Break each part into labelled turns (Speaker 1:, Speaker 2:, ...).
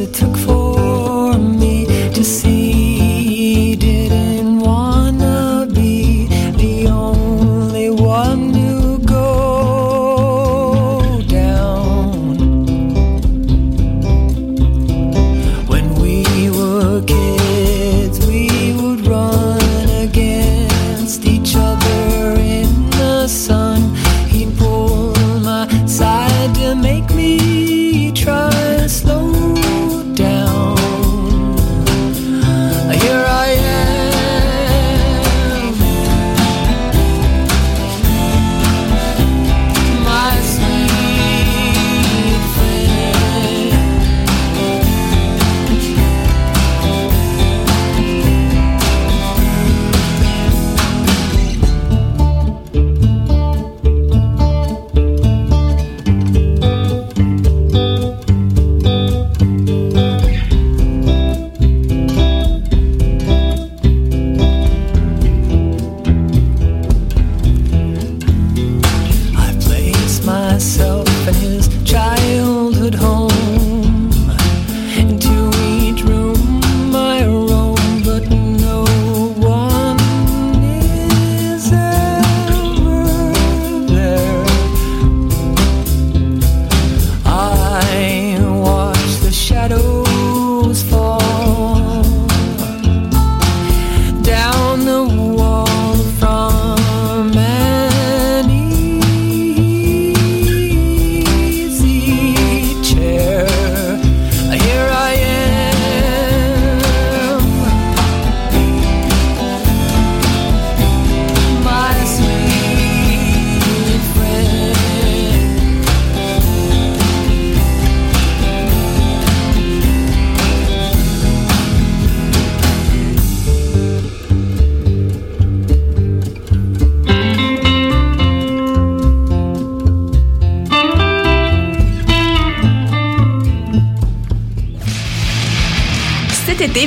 Speaker 1: it took for me to see. Didn't wanna be the only one to go down. When we were kids, we would run against each other in the sun. He'd pull my side to make me try to slow down. Here I am, my sweet friend. I place myself in his childhood home. Into each room I roam, but no one is ever there. I watch the shadows fall down the wall from an easy chair. Here I am, my sweet friend.
Speaker 2: Cet été,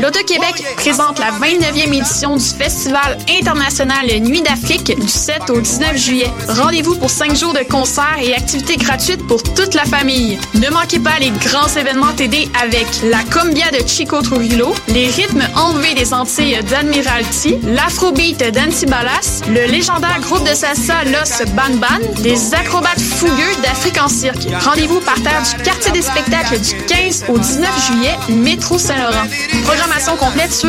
Speaker 3: L'Auto-Québec présente la 29e édition du Festival international Nuit d'Afrique du 7 au 19 juillet. Rendez-vous pour 5 jours de concerts et activités gratuites pour toute la famille. Ne manquez pas les grands événements TD avec la Cumbia de Chico Trujillo, les rythmes enlevés des Antilles d'Admiralty, l'Afrobeat d'Antibalas, le légendaire groupe de salsa Los Ban Ban, des acrobates fougueux d'Afrique en cirque. Rendez-vous par terre du quartier des spectacles du 15 au 19 juillet, métro Saint-Laurent. Programmation complète sur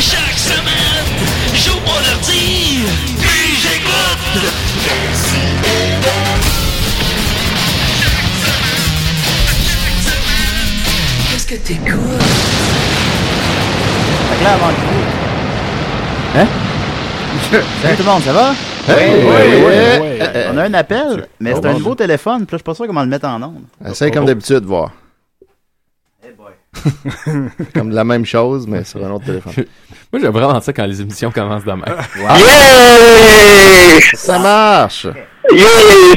Speaker 4: Chaque semaine, j'ouvre mon ordi, puis j'écoute. Chaque semaine,
Speaker 1: C'était cool.
Speaker 5: Fait que là, avant le coup. Hein? Salut tout le monde, ça va?
Speaker 6: Hey, ouais, ouais, ouais.
Speaker 5: Euh, On a un appel, mais c'est un nouveau téléphone, puis là, je suis pas sûr comment le mettre en onde.
Speaker 6: Essaye Ah,
Speaker 7: Oh.
Speaker 6: comme d'habitude, voir. comme la même chose, mais sur un autre téléphone.
Speaker 7: Moi, j'aime vraiment ça quand les émissions commencent demain.
Speaker 6: Yeah! Ça marche!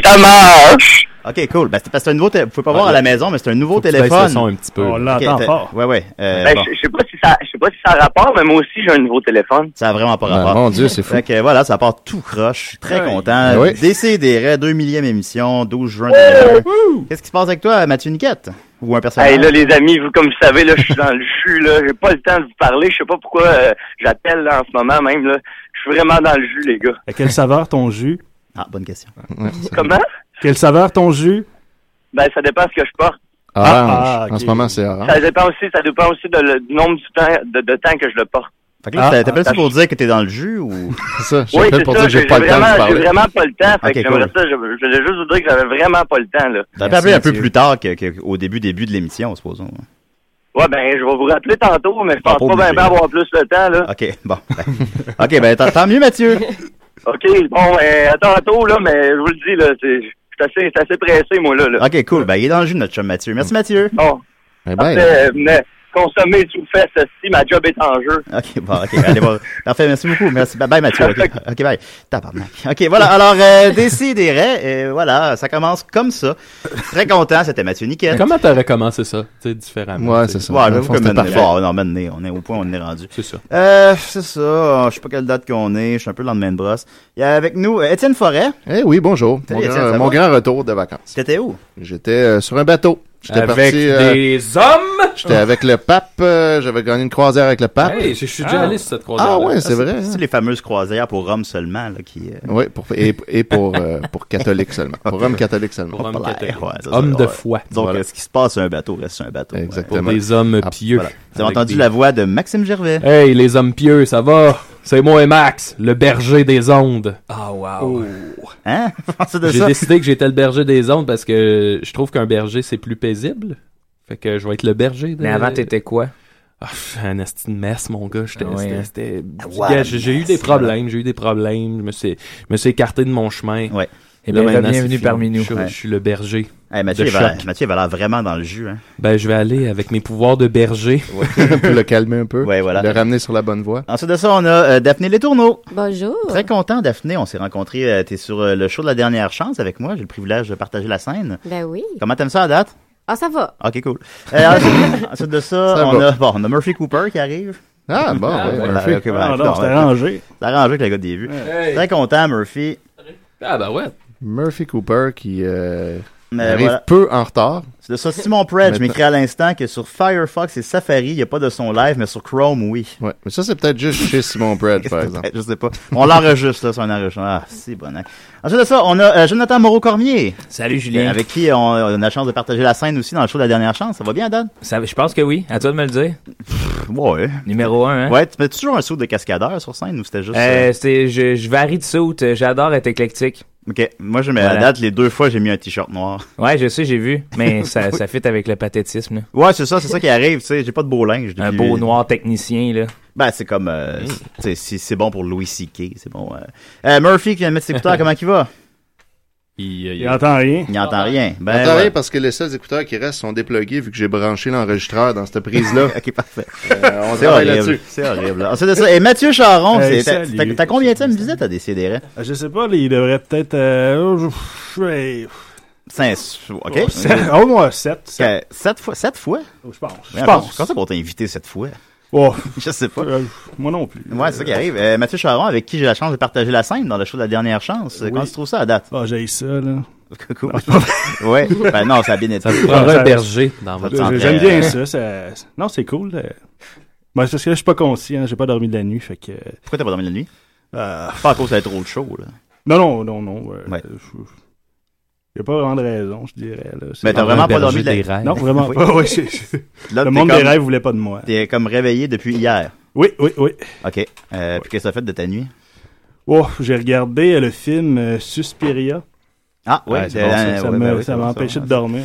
Speaker 5: ça marche! Ok, cool. Ben, c'est parce que c'est un nouveau téléphone. Vous pouvez pas voir à la maison, mais c'est un nouveau
Speaker 7: Faut que tu baisses le
Speaker 5: téléphone.
Speaker 7: son un petit peu. On l'entend
Speaker 5: Ok, t'as-
Speaker 7: fort.
Speaker 5: Ouais, ouais. euh,
Speaker 8: Ben,
Speaker 5: bon.
Speaker 8: je, je sais pas si ça, je sais pas si ça a rapport, mais moi aussi j'ai un nouveau téléphone.
Speaker 5: Ça a vraiment pas
Speaker 8: Ben,
Speaker 5: rapport.
Speaker 8: mon Dieu, c'est fou.
Speaker 5: Fait que voilà, ça part tout croche. Je suis très
Speaker 8: Ouais.
Speaker 5: content.
Speaker 8: Oui.
Speaker 5: Décidéré, 2 millième émission, 12 juin.
Speaker 8: Ouais.
Speaker 5: 2001. Qu'est-ce qui se passe avec toi, Mathieu Niquette? Ou un personnage?
Speaker 8: Hey, là les amis, vous comme vous savez là, je suis dans le jus là, j'ai pas le temps de vous parler, je sais pas pourquoi euh, j'appelle là en ce moment même là, je suis vraiment dans le jus les gars.
Speaker 9: À quelle saveur ton jus
Speaker 5: Ah, bonne question.
Speaker 8: Comment
Speaker 9: Quelle saveur ton jus
Speaker 8: Ben ça dépend ce que je porte.
Speaker 6: Orange.
Speaker 9: Ah,
Speaker 6: En
Speaker 9: ok.
Speaker 6: ce moment, c'est orange.
Speaker 8: Ça dépend aussi, ça dépend aussi de le- du nombre du temps, de, de temps que je le porte.
Speaker 5: Fait que là,
Speaker 8: Ah,
Speaker 5: t'a- t'appelles-tu
Speaker 8: ah,
Speaker 5: pour dire que t'es dans le jus ou?
Speaker 6: C'est ça,
Speaker 8: Oui, c'est ça, j'ai j'ai vraiment, j'ai vraiment pas le temps. Fait
Speaker 5: Ok,
Speaker 8: que j'aimerais
Speaker 5: cool.
Speaker 8: ça, je, je voulais juste vous dire que j'avais vraiment pas le temps là.
Speaker 5: T'as appelé un peu plus tard que- que- qu'au début, début de l'émission, supposons.
Speaker 8: Ouais ben je vais vous rappeler tantôt, mais je pense
Speaker 5: pas
Speaker 8: pas bien
Speaker 5: obligé.
Speaker 8: bien avoir plus le temps là.
Speaker 5: OK, bon. ben. OK, ben, tant- tant mieux, Mathieu.
Speaker 8: OK, bon, euh, à tantôt, là, mais je vous le dis, là, c'est, je suis assez, je suis assez pressé, moi, là. là.
Speaker 5: OK, cool. Ben, il est dans le jus, notre chum Mathieu. Merci, Mathieu.
Speaker 8: Bon,
Speaker 5: Ah, ben.
Speaker 6: Eh
Speaker 8: après, euh, venez consommer sous fesse, si ma job est en jeu.
Speaker 5: OK, bon, OK, allez voir. Parfait, merci beaucoup. Merci. Bye bye, Mathieu. OK, OK, bye. Tabarnak. OK, voilà. Alors, euh, décidérez. euh, voilà, ça commence comme ça. Très content, c'était Mathieu Niquette.
Speaker 7: Comment t'aurais commencé ça? Tu sais, différemment.
Speaker 6: Ouais,
Speaker 7: tu sais.
Speaker 6: c'est ça.
Speaker 5: Ouais,
Speaker 6: Dans le
Speaker 5: j'avoue
Speaker 6: fond,
Speaker 5: que
Speaker 6: c'était
Speaker 5: maintenant-
Speaker 6: parfait.
Speaker 5: bon, non, maintenant, on est au point où on est rendu.
Speaker 7: C'est ça.
Speaker 5: Euh, c'est ça. Je sais pas quelle date qu'on est. Je suis un peu le lendemain de brosse. Il y a avec nous euh, Étienne Forêt.
Speaker 6: Eh oui, bonjour. Mon,
Speaker 5: Salut,
Speaker 6: grand,
Speaker 5: Étienne, ça
Speaker 6: mon
Speaker 5: va?
Speaker 6: grand retour de vacances.
Speaker 5: T'étais où?
Speaker 6: J'étais euh, sur un bateau. J'étais
Speaker 7: Avec
Speaker 6: parti. euh,
Speaker 7: des hommes!
Speaker 6: J'étais avec le pape. euh, J'avais gagné une croisière avec le pape.
Speaker 7: Hey, je suis déjà allé sur cette croisière.
Speaker 6: Ah ouais, c'est vrai.
Speaker 5: C'est les fameuses croisières pour Rome seulement, là, qui. euh,
Speaker 6: Oui, pour, et, et pour, euh, pour catholiques seulement. Pour hommes catholiques seulement.
Speaker 7: Pour hommes
Speaker 6: Hop là.
Speaker 7: catholiques.
Speaker 5: Ouais, ça,
Speaker 7: Homme
Speaker 5: ça,
Speaker 7: de
Speaker 5: ouais.
Speaker 7: foi.
Speaker 5: Donc,
Speaker 7: Voilà.
Speaker 5: euh, ce qui se passe sur un bateau reste sur un bateau.
Speaker 6: Exactement.
Speaker 7: Pour des hommes pieux.
Speaker 5: Ah, Voilà. Vous avez
Speaker 7: Avec
Speaker 5: entendu
Speaker 7: des-
Speaker 5: la voix de Maxime Gervais.
Speaker 7: Hey, les hommes pieux, ça va? C'est moi et Max, le berger des ondes. Ah,
Speaker 5: Oh,
Speaker 7: wow.
Speaker 9: Oh.
Speaker 5: Hein? Pensez de
Speaker 7: J'ai
Speaker 5: ça.
Speaker 7: décidé que j'étais le berger des ondes parce que je trouve qu'un berger, c'est plus paisible. Fait que je vais être le berger. de-
Speaker 10: Mais avant, t'étais quoi?
Speaker 7: Ah, pff, un asti de messe, mon gars. J'étais-
Speaker 10: Ah ouais,
Speaker 7: c'était-
Speaker 10: hein?
Speaker 7: c'était-
Speaker 10: Ah ouais,
Speaker 7: Gars, J'ai j'ai eu
Speaker 10: messe,
Speaker 7: des problèmes, j'ai eu des problèmes. Je me suis, je me suis écarté de mon chemin.
Speaker 5: Ouais.
Speaker 10: Eh
Speaker 7: Là,
Speaker 10: bien,
Speaker 7: maintenant,
Speaker 10: bienvenue
Speaker 7: c'est fini.
Speaker 10: parmi nous.
Speaker 7: Je, suis-
Speaker 10: Ouais.
Speaker 7: je suis le berger.
Speaker 5: Hey, Mathieu,
Speaker 7: de
Speaker 5: il va,
Speaker 7: choc.
Speaker 5: Mathieu, il va l'air vraiment dans le jus. Hein?
Speaker 7: Ben, je vais aller avec mes pouvoirs de berger.
Speaker 6: pour le calmer un peu.
Speaker 5: Ouais, voilà.
Speaker 6: Le ramener sur la bonne voie.
Speaker 5: Ensuite de ça, on a euh, Daphné Letourneau. Bonjour. Très content, Daphné. On s'est rencontrés. euh, T'es sur euh, le show de la dernière chance avec moi. J'ai le privilège de partager la scène.
Speaker 11: Ben oui.
Speaker 5: Comment t'aimes ça à date?
Speaker 11: Ah, ça va.
Speaker 5: Ok, cool. Euh, ensuite, ensuite de ça,
Speaker 6: Ça
Speaker 5: on,
Speaker 6: va.
Speaker 5: a, bon, on a Murphy Cooper qui arrive.
Speaker 6: Ah, bon, ouais,
Speaker 5: voilà,
Speaker 6: Murphy.
Speaker 5: ok, voilà.
Speaker 6: Ah, non,
Speaker 5: Bon,
Speaker 6: c'est
Speaker 5: ouais.
Speaker 6: arrangé.
Speaker 5: C'est arrangé avec le gars de début.
Speaker 7: Hey.
Speaker 5: Très content, Murphy.
Speaker 7: Ah, bah ouais.
Speaker 6: Murphy Cooper qui euh,
Speaker 5: Mais
Speaker 6: arrive
Speaker 5: voilà.
Speaker 6: peu en retard.
Speaker 5: C'est de ça. Simon Predge
Speaker 6: Maintenant.
Speaker 5: m'écrit à l'instant que sur Firefox et Safari, il n'y a pas de son live, mais sur Chrome, oui.
Speaker 6: Ouais. Mais ça, c'est peut-être juste chez Simon Pred, par exemple.
Speaker 5: Je sais pas. On l'enregistre, là, sur un enregistrement. Ah, c'est bon. hein. Ensuite de ça, on a euh, Jonathan Moreau-Cormier.
Speaker 10: Salut, Julien.
Speaker 5: Euh, Avec qui on, on a la chance de partager la scène aussi dans le show de la dernière chance. Ça va bien, Dan?
Speaker 10: Ça- je pense que oui. À toi de me le dire.
Speaker 5: Ouais.
Speaker 10: Numéro 1, hein?
Speaker 5: Ouais, tu mets toujours un saut de cascadeur sur scène ou c'était juste. euh,
Speaker 10: Euh, c'est- je, je varie de saut. J'adore être éclectique.
Speaker 5: Ok, moi je mets à
Speaker 10: Voilà.
Speaker 5: date les deux fois j'ai mis un t-shirt noir.
Speaker 10: Ouais, je sais, j'ai vu. Mais ça, ça fit avec le pathétisme. là.
Speaker 5: Ouais, c'est ça, c'est ça qui arrive, tu sais, j'ai pas de beau linge.
Speaker 10: Un
Speaker 5: depuis-
Speaker 10: beau noir technicien, là. Mm.
Speaker 5: Ben, c'est comme. euh, tu sais, si c'est bon pour Louis C.K., c'est bon. euh. Euh, Murphy qui vient de mettre ses écouteurs, comment il va
Speaker 7: Il,
Speaker 10: euh,
Speaker 9: Il entend rien.
Speaker 5: Il entend rien. Ben,
Speaker 6: Attends,
Speaker 5: ouais.
Speaker 6: parce que les seuls écouteurs qui restent sont déplugués vu que j'ai branché l'enregistreur dans cette prise-là.
Speaker 5: ok, parfait.
Speaker 6: Euh, on
Speaker 5: C'est
Speaker 6: travaille
Speaker 5: horrible.
Speaker 6: là-dessus.
Speaker 5: C'est horrible. Ensuite de ça, et Mathieu Charon,
Speaker 9: Hey,
Speaker 5: c'est- t'as-
Speaker 9: salut.
Speaker 5: t'as t'as combien de visite à décider
Speaker 9: Euh, Je sais pas, là, il devrait peut-être. euh, oh, je- ouais,
Speaker 5: Cinq. Ok.
Speaker 9: oh, sept- Au moins 7.
Speaker 5: Euh, Sept fois Sept fois
Speaker 9: Oh, Je pense.
Speaker 5: Ouais,
Speaker 9: Je pense.
Speaker 5: Quand ça qu'on t'a invité cette fois
Speaker 9: Oh.
Speaker 5: Je sais pas.
Speaker 9: Euh, moi non plus.
Speaker 5: Ouais, c'est ça qui arrive. Euh, Mathieu Charon, avec qui j'ai la chance de partager la scène dans le show de la dernière chance. Quand tu trouves ça à date?
Speaker 9: Ah, j'ai ça, là.
Speaker 5: Cool. ouais. Ben non, ça a bien été.
Speaker 7: Ça vous prendrait
Speaker 9: Ça-
Speaker 7: un berger dans votre
Speaker 5: Ça-
Speaker 7: centre. Euh,
Speaker 9: J'aime bien ça,
Speaker 5: Euh.
Speaker 9: ça- Non, c'est cool. euh. Ben, c'est parce que là, je suis pas conscient, j'ai pas dormi de la nuit, fait que. euh.
Speaker 5: Pourquoi t'as pas dormi la nuit? Euh, Pas à cause d'être trop chaud, là.
Speaker 9: Non, non, non, non. euh,
Speaker 5: Ouais.
Speaker 9: je- Il n'y a pas vraiment de raison, je dirais. Là. C'est-
Speaker 5: Mais t'as vraiment pas dormi de la
Speaker 7: des rêves.
Speaker 9: Non, vraiment
Speaker 5: Oui.
Speaker 9: pas. ouais, c'est- c'est-
Speaker 5: Là,
Speaker 9: Le
Speaker 5: t'es
Speaker 9: monde des
Speaker 5: comme-
Speaker 9: rêves voulait pas de moi.
Speaker 5: T'es comme réveillé depuis hier.
Speaker 9: Oui, oui, oui.
Speaker 5: OK. Euh, Puis qu'est-ce que t'as fait de ta nuit?
Speaker 9: Oh, j'ai regardé euh, le film euh, Suspiria.
Speaker 5: Ah, ouais.
Speaker 9: Ça m'a ça m'a empêché de dormir.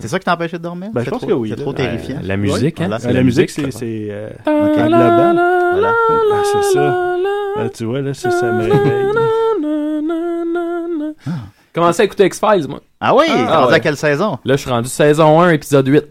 Speaker 5: C'est ça qui t'empêchait de dormir?
Speaker 9: Ben,
Speaker 5: C'est
Speaker 9: je pense
Speaker 5: trop-
Speaker 9: que oui.
Speaker 5: C'est
Speaker 9: là.
Speaker 5: trop terrifiant.
Speaker 9: Ouais.
Speaker 7: Euh, la musique, hein?
Speaker 9: Voilà.
Speaker 7: C'est
Speaker 9: La,
Speaker 7: la
Speaker 9: musique,
Speaker 7: musique,
Speaker 9: c'est. c'est, euh,
Speaker 7: Ah, la,
Speaker 9: quand le
Speaker 7: la,
Speaker 9: banc- Ah, c'est ça. Là, tu vois, là, ça, ça me réveille.
Speaker 7: Commencé à écouter X-Files, moi.
Speaker 5: Ah oui?
Speaker 7: Ah,
Speaker 5: T'es rendu à
Speaker 7: ouais.
Speaker 5: quelle saison?
Speaker 7: Là, je suis rendu saison 1, épisode 8.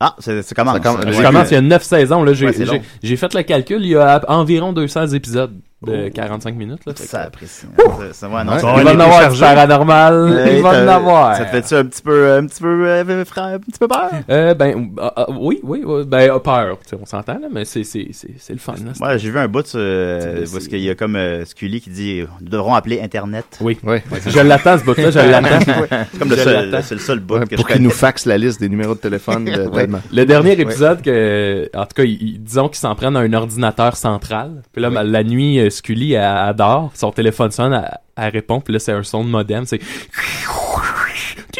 Speaker 5: Ah, c'est ça commence.
Speaker 7: Je commence, il y a 9 saisons. Là, j'ai,
Speaker 5: Ouais, c'est
Speaker 7: j'ai-
Speaker 5: long.
Speaker 7: j'ai fait le calcul, il y a environ 200 épisodes de 45 minutes. Là,
Speaker 5: Oh. Ça apprécie. C'est- c'est- ouais, non,
Speaker 7: Ouais.
Speaker 5: c'est-
Speaker 7: Il va en
Speaker 5: les
Speaker 7: avoir
Speaker 5: plus
Speaker 7: du
Speaker 5: chargés.
Speaker 7: paranormal,
Speaker 5: Euh,
Speaker 7: il va en
Speaker 5: t'as-
Speaker 7: avoir.
Speaker 5: Ça te fait-tu un petit peu, un petit peu, euh, fra- un petit peu peur?
Speaker 7: Euh, ben, ah, ah, oui, oui, oui, ben, ah, peur, tu sais, on s'entend, là, mais c'est, c'est, c'est, c'est le fun. Là,
Speaker 5: Ouais, j'ai vu un bout euh,
Speaker 7: C'est-
Speaker 5: parce qu'il y a comme euh, Scully qui dit nous devrons appeler Internet.
Speaker 7: Oui.
Speaker 6: Je l'attends, ce bout-là, je l'attends.
Speaker 5: C'est comme le
Speaker 6: Je
Speaker 5: seul,
Speaker 6: l'attends.
Speaker 5: c'est le seul bout
Speaker 6: Ouais,
Speaker 5: que
Speaker 6: pour
Speaker 5: je
Speaker 6: qu'il nous
Speaker 5: connais.
Speaker 6: faxe la liste des numéros de téléphone de
Speaker 5: Ouais.
Speaker 6: tellement.
Speaker 7: Le dernier
Speaker 6: Ouais.
Speaker 7: épisode que, en tout cas, ils- ils- disons qu'ils s'en prennent à un ordinateur central. Puis là, ma- la nuit, euh, Scully, elle, elle dort, son téléphone sonne, elle, elle répond, puis là, c'est un son de modem, c'est...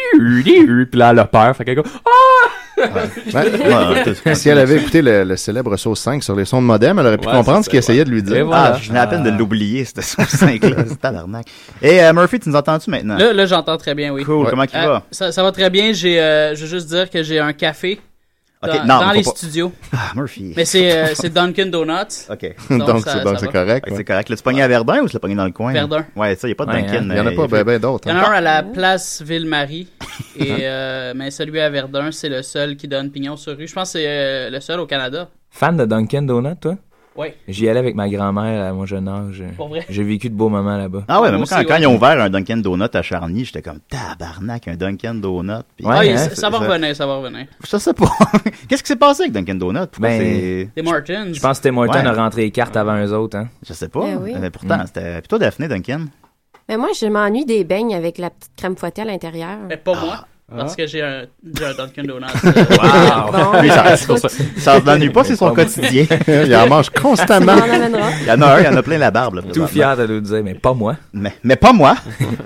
Speaker 7: Puis là, elle a peur, fait qu'elle go... Ah!
Speaker 6: Ouais. Ouais. si elle avait écouté le, le célèbre sauce 5 sur les sons de modem, elle aurait pu
Speaker 5: Ouais,
Speaker 6: comprendre
Speaker 5: c'est
Speaker 6: ce qu'il essayait de lui dire.
Speaker 5: Ah, je venais à peine de l'oublier, c'était sur 5 là, c'est tabarnak. Et euh, Murphy, tu nous entends-tu maintenant?
Speaker 11: Là, là j'entends très bien, oui.
Speaker 5: Cool, comment qu'il
Speaker 11: Euh,
Speaker 5: va?
Speaker 11: ça, ça va très bien. J'ai, euh, je veux juste dire que j'ai un café dans,
Speaker 5: Ok, non,
Speaker 11: dans
Speaker 5: mais
Speaker 11: les
Speaker 5: faut pas-
Speaker 11: studios.
Speaker 5: Ah, Murphy.
Speaker 11: Mais c'est, euh, c'est Dunkin' Donuts.
Speaker 5: OK.
Speaker 11: Donc, Donc, ça- c'est- donc, ça c'est va. correct,
Speaker 5: C'est correct. L'as-tu pogné à Verdun ou tu l'as pogné dans le coin?
Speaker 11: Verdun.
Speaker 5: Ouais, ça, il n'y a pas de
Speaker 6: Ouais,
Speaker 5: Dunkin.
Speaker 6: hein. Il y en a
Speaker 5: euh,
Speaker 6: pas ben, ben d'autres.
Speaker 11: Il y en
Speaker 6: hein.
Speaker 11: a un à la place Ville-Marie. Et, euh, mais celui à Verdun, c'est le seul qui donne pignon sur rue. Je pense que c'est euh, le seul au Canada.
Speaker 10: Fan de Dunkin' Donut, toi?
Speaker 11: Ouais.
Speaker 10: J'y allais avec ma grand-mère à mon jeune âge.
Speaker 11: Pour vrai?
Speaker 10: J'ai vécu de beaux moments là-bas.
Speaker 5: Ah ouais, mais moi, quand, quand ils ont
Speaker 10: va.
Speaker 5: ouvert un Dunkin' Donut à Charny, j'étais comme tabarnak, un Dunkin' Donut. Puis-
Speaker 11: Ah,
Speaker 10: hein,
Speaker 11: il- ça, ça va revenir, ça va revenir.
Speaker 5: Je sais pas. Qu'est-ce qui s'est passé avec Dunkin' Donut? Pourquoi
Speaker 10: Ben,
Speaker 5: c'est...
Speaker 11: Des Martins.
Speaker 10: Je pense que Tim Horton
Speaker 5: Ouais.
Speaker 10: a rentré les cartes avant eux autres, hein?
Speaker 5: Je sais pas.
Speaker 12: Ben oui.
Speaker 5: Mais pourtant,
Speaker 10: Mm.
Speaker 5: c'était plutôt Daphné Duncan.
Speaker 12: Mais Ben moi, je m'ennuie des beignes avec la petite crème fouettée à l'intérieur.
Speaker 11: Mais Ben, pas moi. Parce que j'ai un, j'ai un Dunkin' Donuts.
Speaker 5: Lui, ça, ça, ça en ennuie pas, c'est son quotidien. il en mange constamment.
Speaker 11: Tu m'en amèneras.
Speaker 5: Il y en a un, il y en a plein la barbe. Là,
Speaker 10: Tout fier
Speaker 5: de nous dire, mais pas moi. Mais, mais pas moi.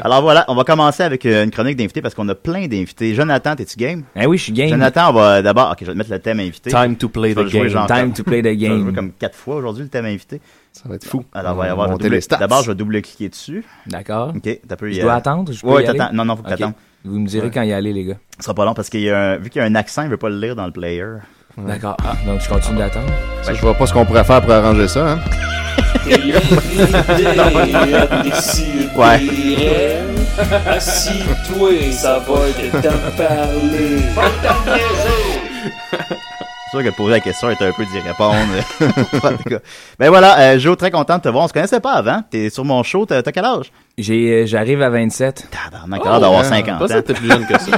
Speaker 5: Alors voilà, on va commencer avec euh, une chronique d'invités parce qu'on a plein d'invités. Jonathan, t'es-tu game?
Speaker 10: Eh oui, je suis game.
Speaker 5: Jonathan, on va d'abord. Ok, je vais te mettre le thème invité.
Speaker 10: Time to play
Speaker 5: Je vais
Speaker 10: the
Speaker 5: le jouer
Speaker 10: game.
Speaker 5: genre-
Speaker 10: Time to play the
Speaker 5: Je vais le
Speaker 10: game.
Speaker 5: jouer comme quatre fois aujourd'hui, le thème invité. Ça va être fou. Alors, on va y
Speaker 10: On va
Speaker 5: avoir.
Speaker 10: monter
Speaker 5: double-
Speaker 10: les stats.
Speaker 5: D'abord, je vais double-cliquer dessus.
Speaker 10: D'accord.
Speaker 5: Ok, t'as peu.
Speaker 10: Je dois attendre? Je peux
Speaker 5: Ouais,
Speaker 10: y aller?
Speaker 5: t'attends. Non, non, faut que
Speaker 10: Ok.
Speaker 5: t'attendes.
Speaker 10: Vous me direz
Speaker 5: Ouais.
Speaker 10: quand y aller, les gars.
Speaker 5: Ce sera pas long parce qu'il y a un- vu qu'il y a un accent, il veut pas le lire dans le player. Ben,
Speaker 10: D'accord. Ah, Donc, je continue d'attendre.
Speaker 6: Ça, je vois pas ce qu'on pourrait faire pour arranger ça. Hein.
Speaker 4: Ouais. Assis-toi, ça va de t'en parler. Va t'en
Speaker 5: C'est sûr que poser la question est un peu d'y répondre. en tout cas. Ben voilà, euh, Joe, très content de te voir. On se connaissait pas avant. T'es sur mon show, t'as t'as quel âge?
Speaker 10: J'ai, euh, j'arrive à Oh, 27.
Speaker 5: Tabarnak, t'as l'air d'avoir 50 ans.
Speaker 10: C'est,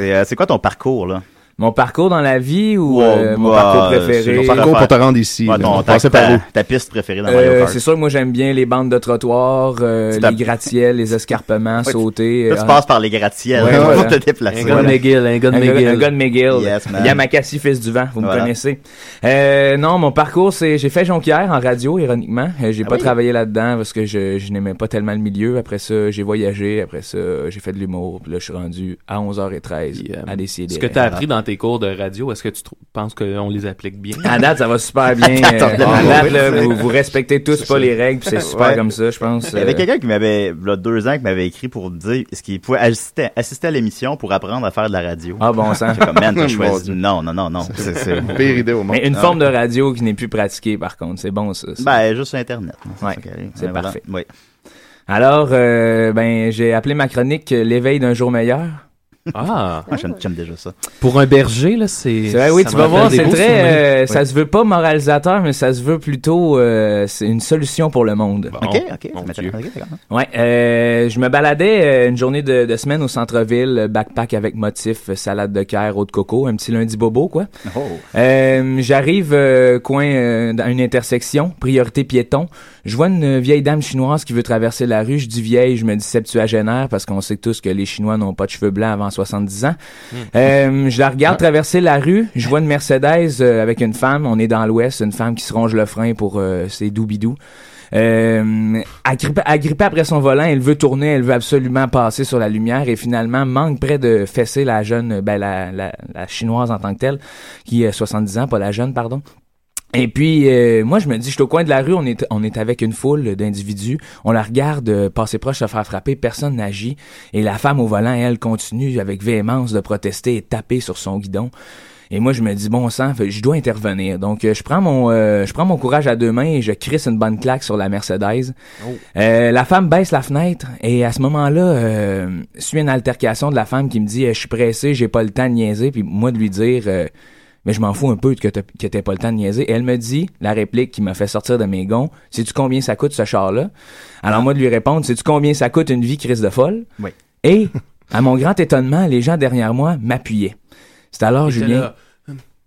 Speaker 5: euh, c'est quoi ton parcours, là?
Speaker 10: Mon parcours dans la vie ou euh, mon
Speaker 5: Wow,
Speaker 10: parcours
Speaker 5: c'est
Speaker 10: préféré?
Speaker 5: ton parcours pour te rendre ici, Ouais, là. ton- ta- Passer par ta- où? ta piste préférée dans Mario Kart.
Speaker 10: Euh, C'est sûr, moi, j'aime bien les bandes de trottoir, euh,
Speaker 5: Tu t'as-
Speaker 10: les gratte-ciels, les escarpements,
Speaker 5: Ouais,
Speaker 10: sauter.
Speaker 5: Là, tu passes par les gratte-ciels
Speaker 10: Ouais,
Speaker 5: pour
Speaker 10: voilà.
Speaker 5: te déplacer.
Speaker 10: Un gars de McGill, un gars de McGill. Un gars de McGill.
Speaker 5: Yes, man.
Speaker 10: Yamakasi, fils du vent, vous me
Speaker 5: Voilà.
Speaker 10: connaissez. Euh, non, mon parcours, c'est j'ai fait Jonquière en radio, ironiquement. Euh, j'ai
Speaker 5: Ah
Speaker 10: pas
Speaker 5: oui?
Speaker 10: travaillé là-dedans parce que je, je n'aimais pas tellement le milieu. Après ça, j'ai voyagé. Après ça, j'ai fait de l'humour. Puis là, je suis rendu à 11h13 à décider.
Speaker 7: Ce que t'as appris dans tes cours de radio, est-ce que tu trou- penses qu'on les applique bien?
Speaker 10: À date, ça va super bien. Euh,
Speaker 7: Attends,
Speaker 10: à
Speaker 7: attends,
Speaker 10: date, là,
Speaker 7: oui,
Speaker 10: vous,
Speaker 7: c'est-
Speaker 10: vous respectez tous pas les règles, puis c'est super
Speaker 5: Ouais.
Speaker 10: comme ça, je pense.
Speaker 5: Il y avait
Speaker 10: Euh,
Speaker 5: quelqu'un qui m'avait, il y a deux ans, qui m'avait écrit pour me dire ce qu'il pouvait assister, assister à l'émission pour apprendre à faire de la radio.
Speaker 10: Ah bon sang.
Speaker 5: J'ai comme, man, t'as
Speaker 10: Mon
Speaker 5: choisi.
Speaker 10: Dieu.
Speaker 5: Non, non, Ah non, non. C'est, c'est...
Speaker 10: Mais une
Speaker 5: Ah.
Speaker 10: forme de radio qui n'est plus pratiquée, par contre. C'est bon, ça. ça.
Speaker 5: Ben, juste sur Internet.
Speaker 10: Ouais,
Speaker 5: ça qu'elle est.
Speaker 10: c'est
Speaker 5: Ouais, voilà.
Speaker 10: parfait. Alors, euh, ben, j'ai appelé ma chronique euh, L'éveil d'un jour meilleur.
Speaker 7: Ah.
Speaker 5: j'aime, j'aime déjà ça.
Speaker 7: Pour un berger, là, c'est...
Speaker 10: C'est vrai, oui,
Speaker 7: ça
Speaker 10: tu
Speaker 7: me
Speaker 10: vas voir,
Speaker 7: rappelle
Speaker 10: c'est
Speaker 7: des beaux
Speaker 10: très.
Speaker 7: souvenirs.
Speaker 10: euh,
Speaker 7: Oui.
Speaker 10: Ça se veut pas moralisateur, mais ça se veut plutôt. euh, c'est une solution pour le monde.
Speaker 5: Eh, Ok, ok. ça m'intéresse. Ok, d'accord.
Speaker 10: Ouais, euh, je me baladais euh, une journée de, de semaine au centre-ville, euh, backpack avec motif, euh, salade de caire, eau de coco, un petit lundi bobo, quoi. Euh, J'arrive euh, coin euh, dans une intersection, priorité piéton. Je vois une vieille dame chinoise qui veut traverser la rue. Je dis vieille, je me dis septuagénaire parce qu'on sait tous que les Chinois n'ont pas de cheveux blancs avant 70 ans.
Speaker 7: Hmm.
Speaker 10: Euh, je la regarde traverser la rue. Je vois une Mercedes euh, avec une femme. On est dans l'Ouest, une femme qui se ronge le frein pour euh, ses doubidous. Euh, agrippée, agrippée après son volant, elle veut tourner, elle veut absolument passer sur la lumière et finalement manque près de fesser la jeune, ben, la, la, la chinoise en tant que telle, qui a 70 ans, pas la jeune, pardon. Et puis, euh, moi, je me dis, je suis au coin de la rue, on est, on est avec une foule d'individus, on la regarde euh, passer proche, se faire frapper, personne n'agit, et la femme au volant, elle, continue avec véhémence de protester et de taper sur son guidon. Et moi, je me dis, bon sang, fait- je dois intervenir. Donc, euh, je prends mon euh, je prends mon courage à deux mains et je crisse une bonne claque sur la Mercedes.
Speaker 13: Oh.
Speaker 10: Euh, la femme baisse la fenêtre et à ce moment-là, euh, suit une altercation de la femme qui me dit, euh, je suis pressé, j'ai pas le temps de niaiser, puis moi de lui dire... euh, mais je m'en fous un peu que t'as que t'aies pas le temps de niaiser. Elle me dit, la réplique qui m'a fait sortir de mes gonds, sais-tu combien ça coûte ce char-là? Alors moi de lui répondre, sais-tu combien ça coûte une vie crise de folle?
Speaker 5: Oui.
Speaker 10: Et, à mon grand étonnement, les gens derrière moi m'appuyaient. C'est alors, Julien...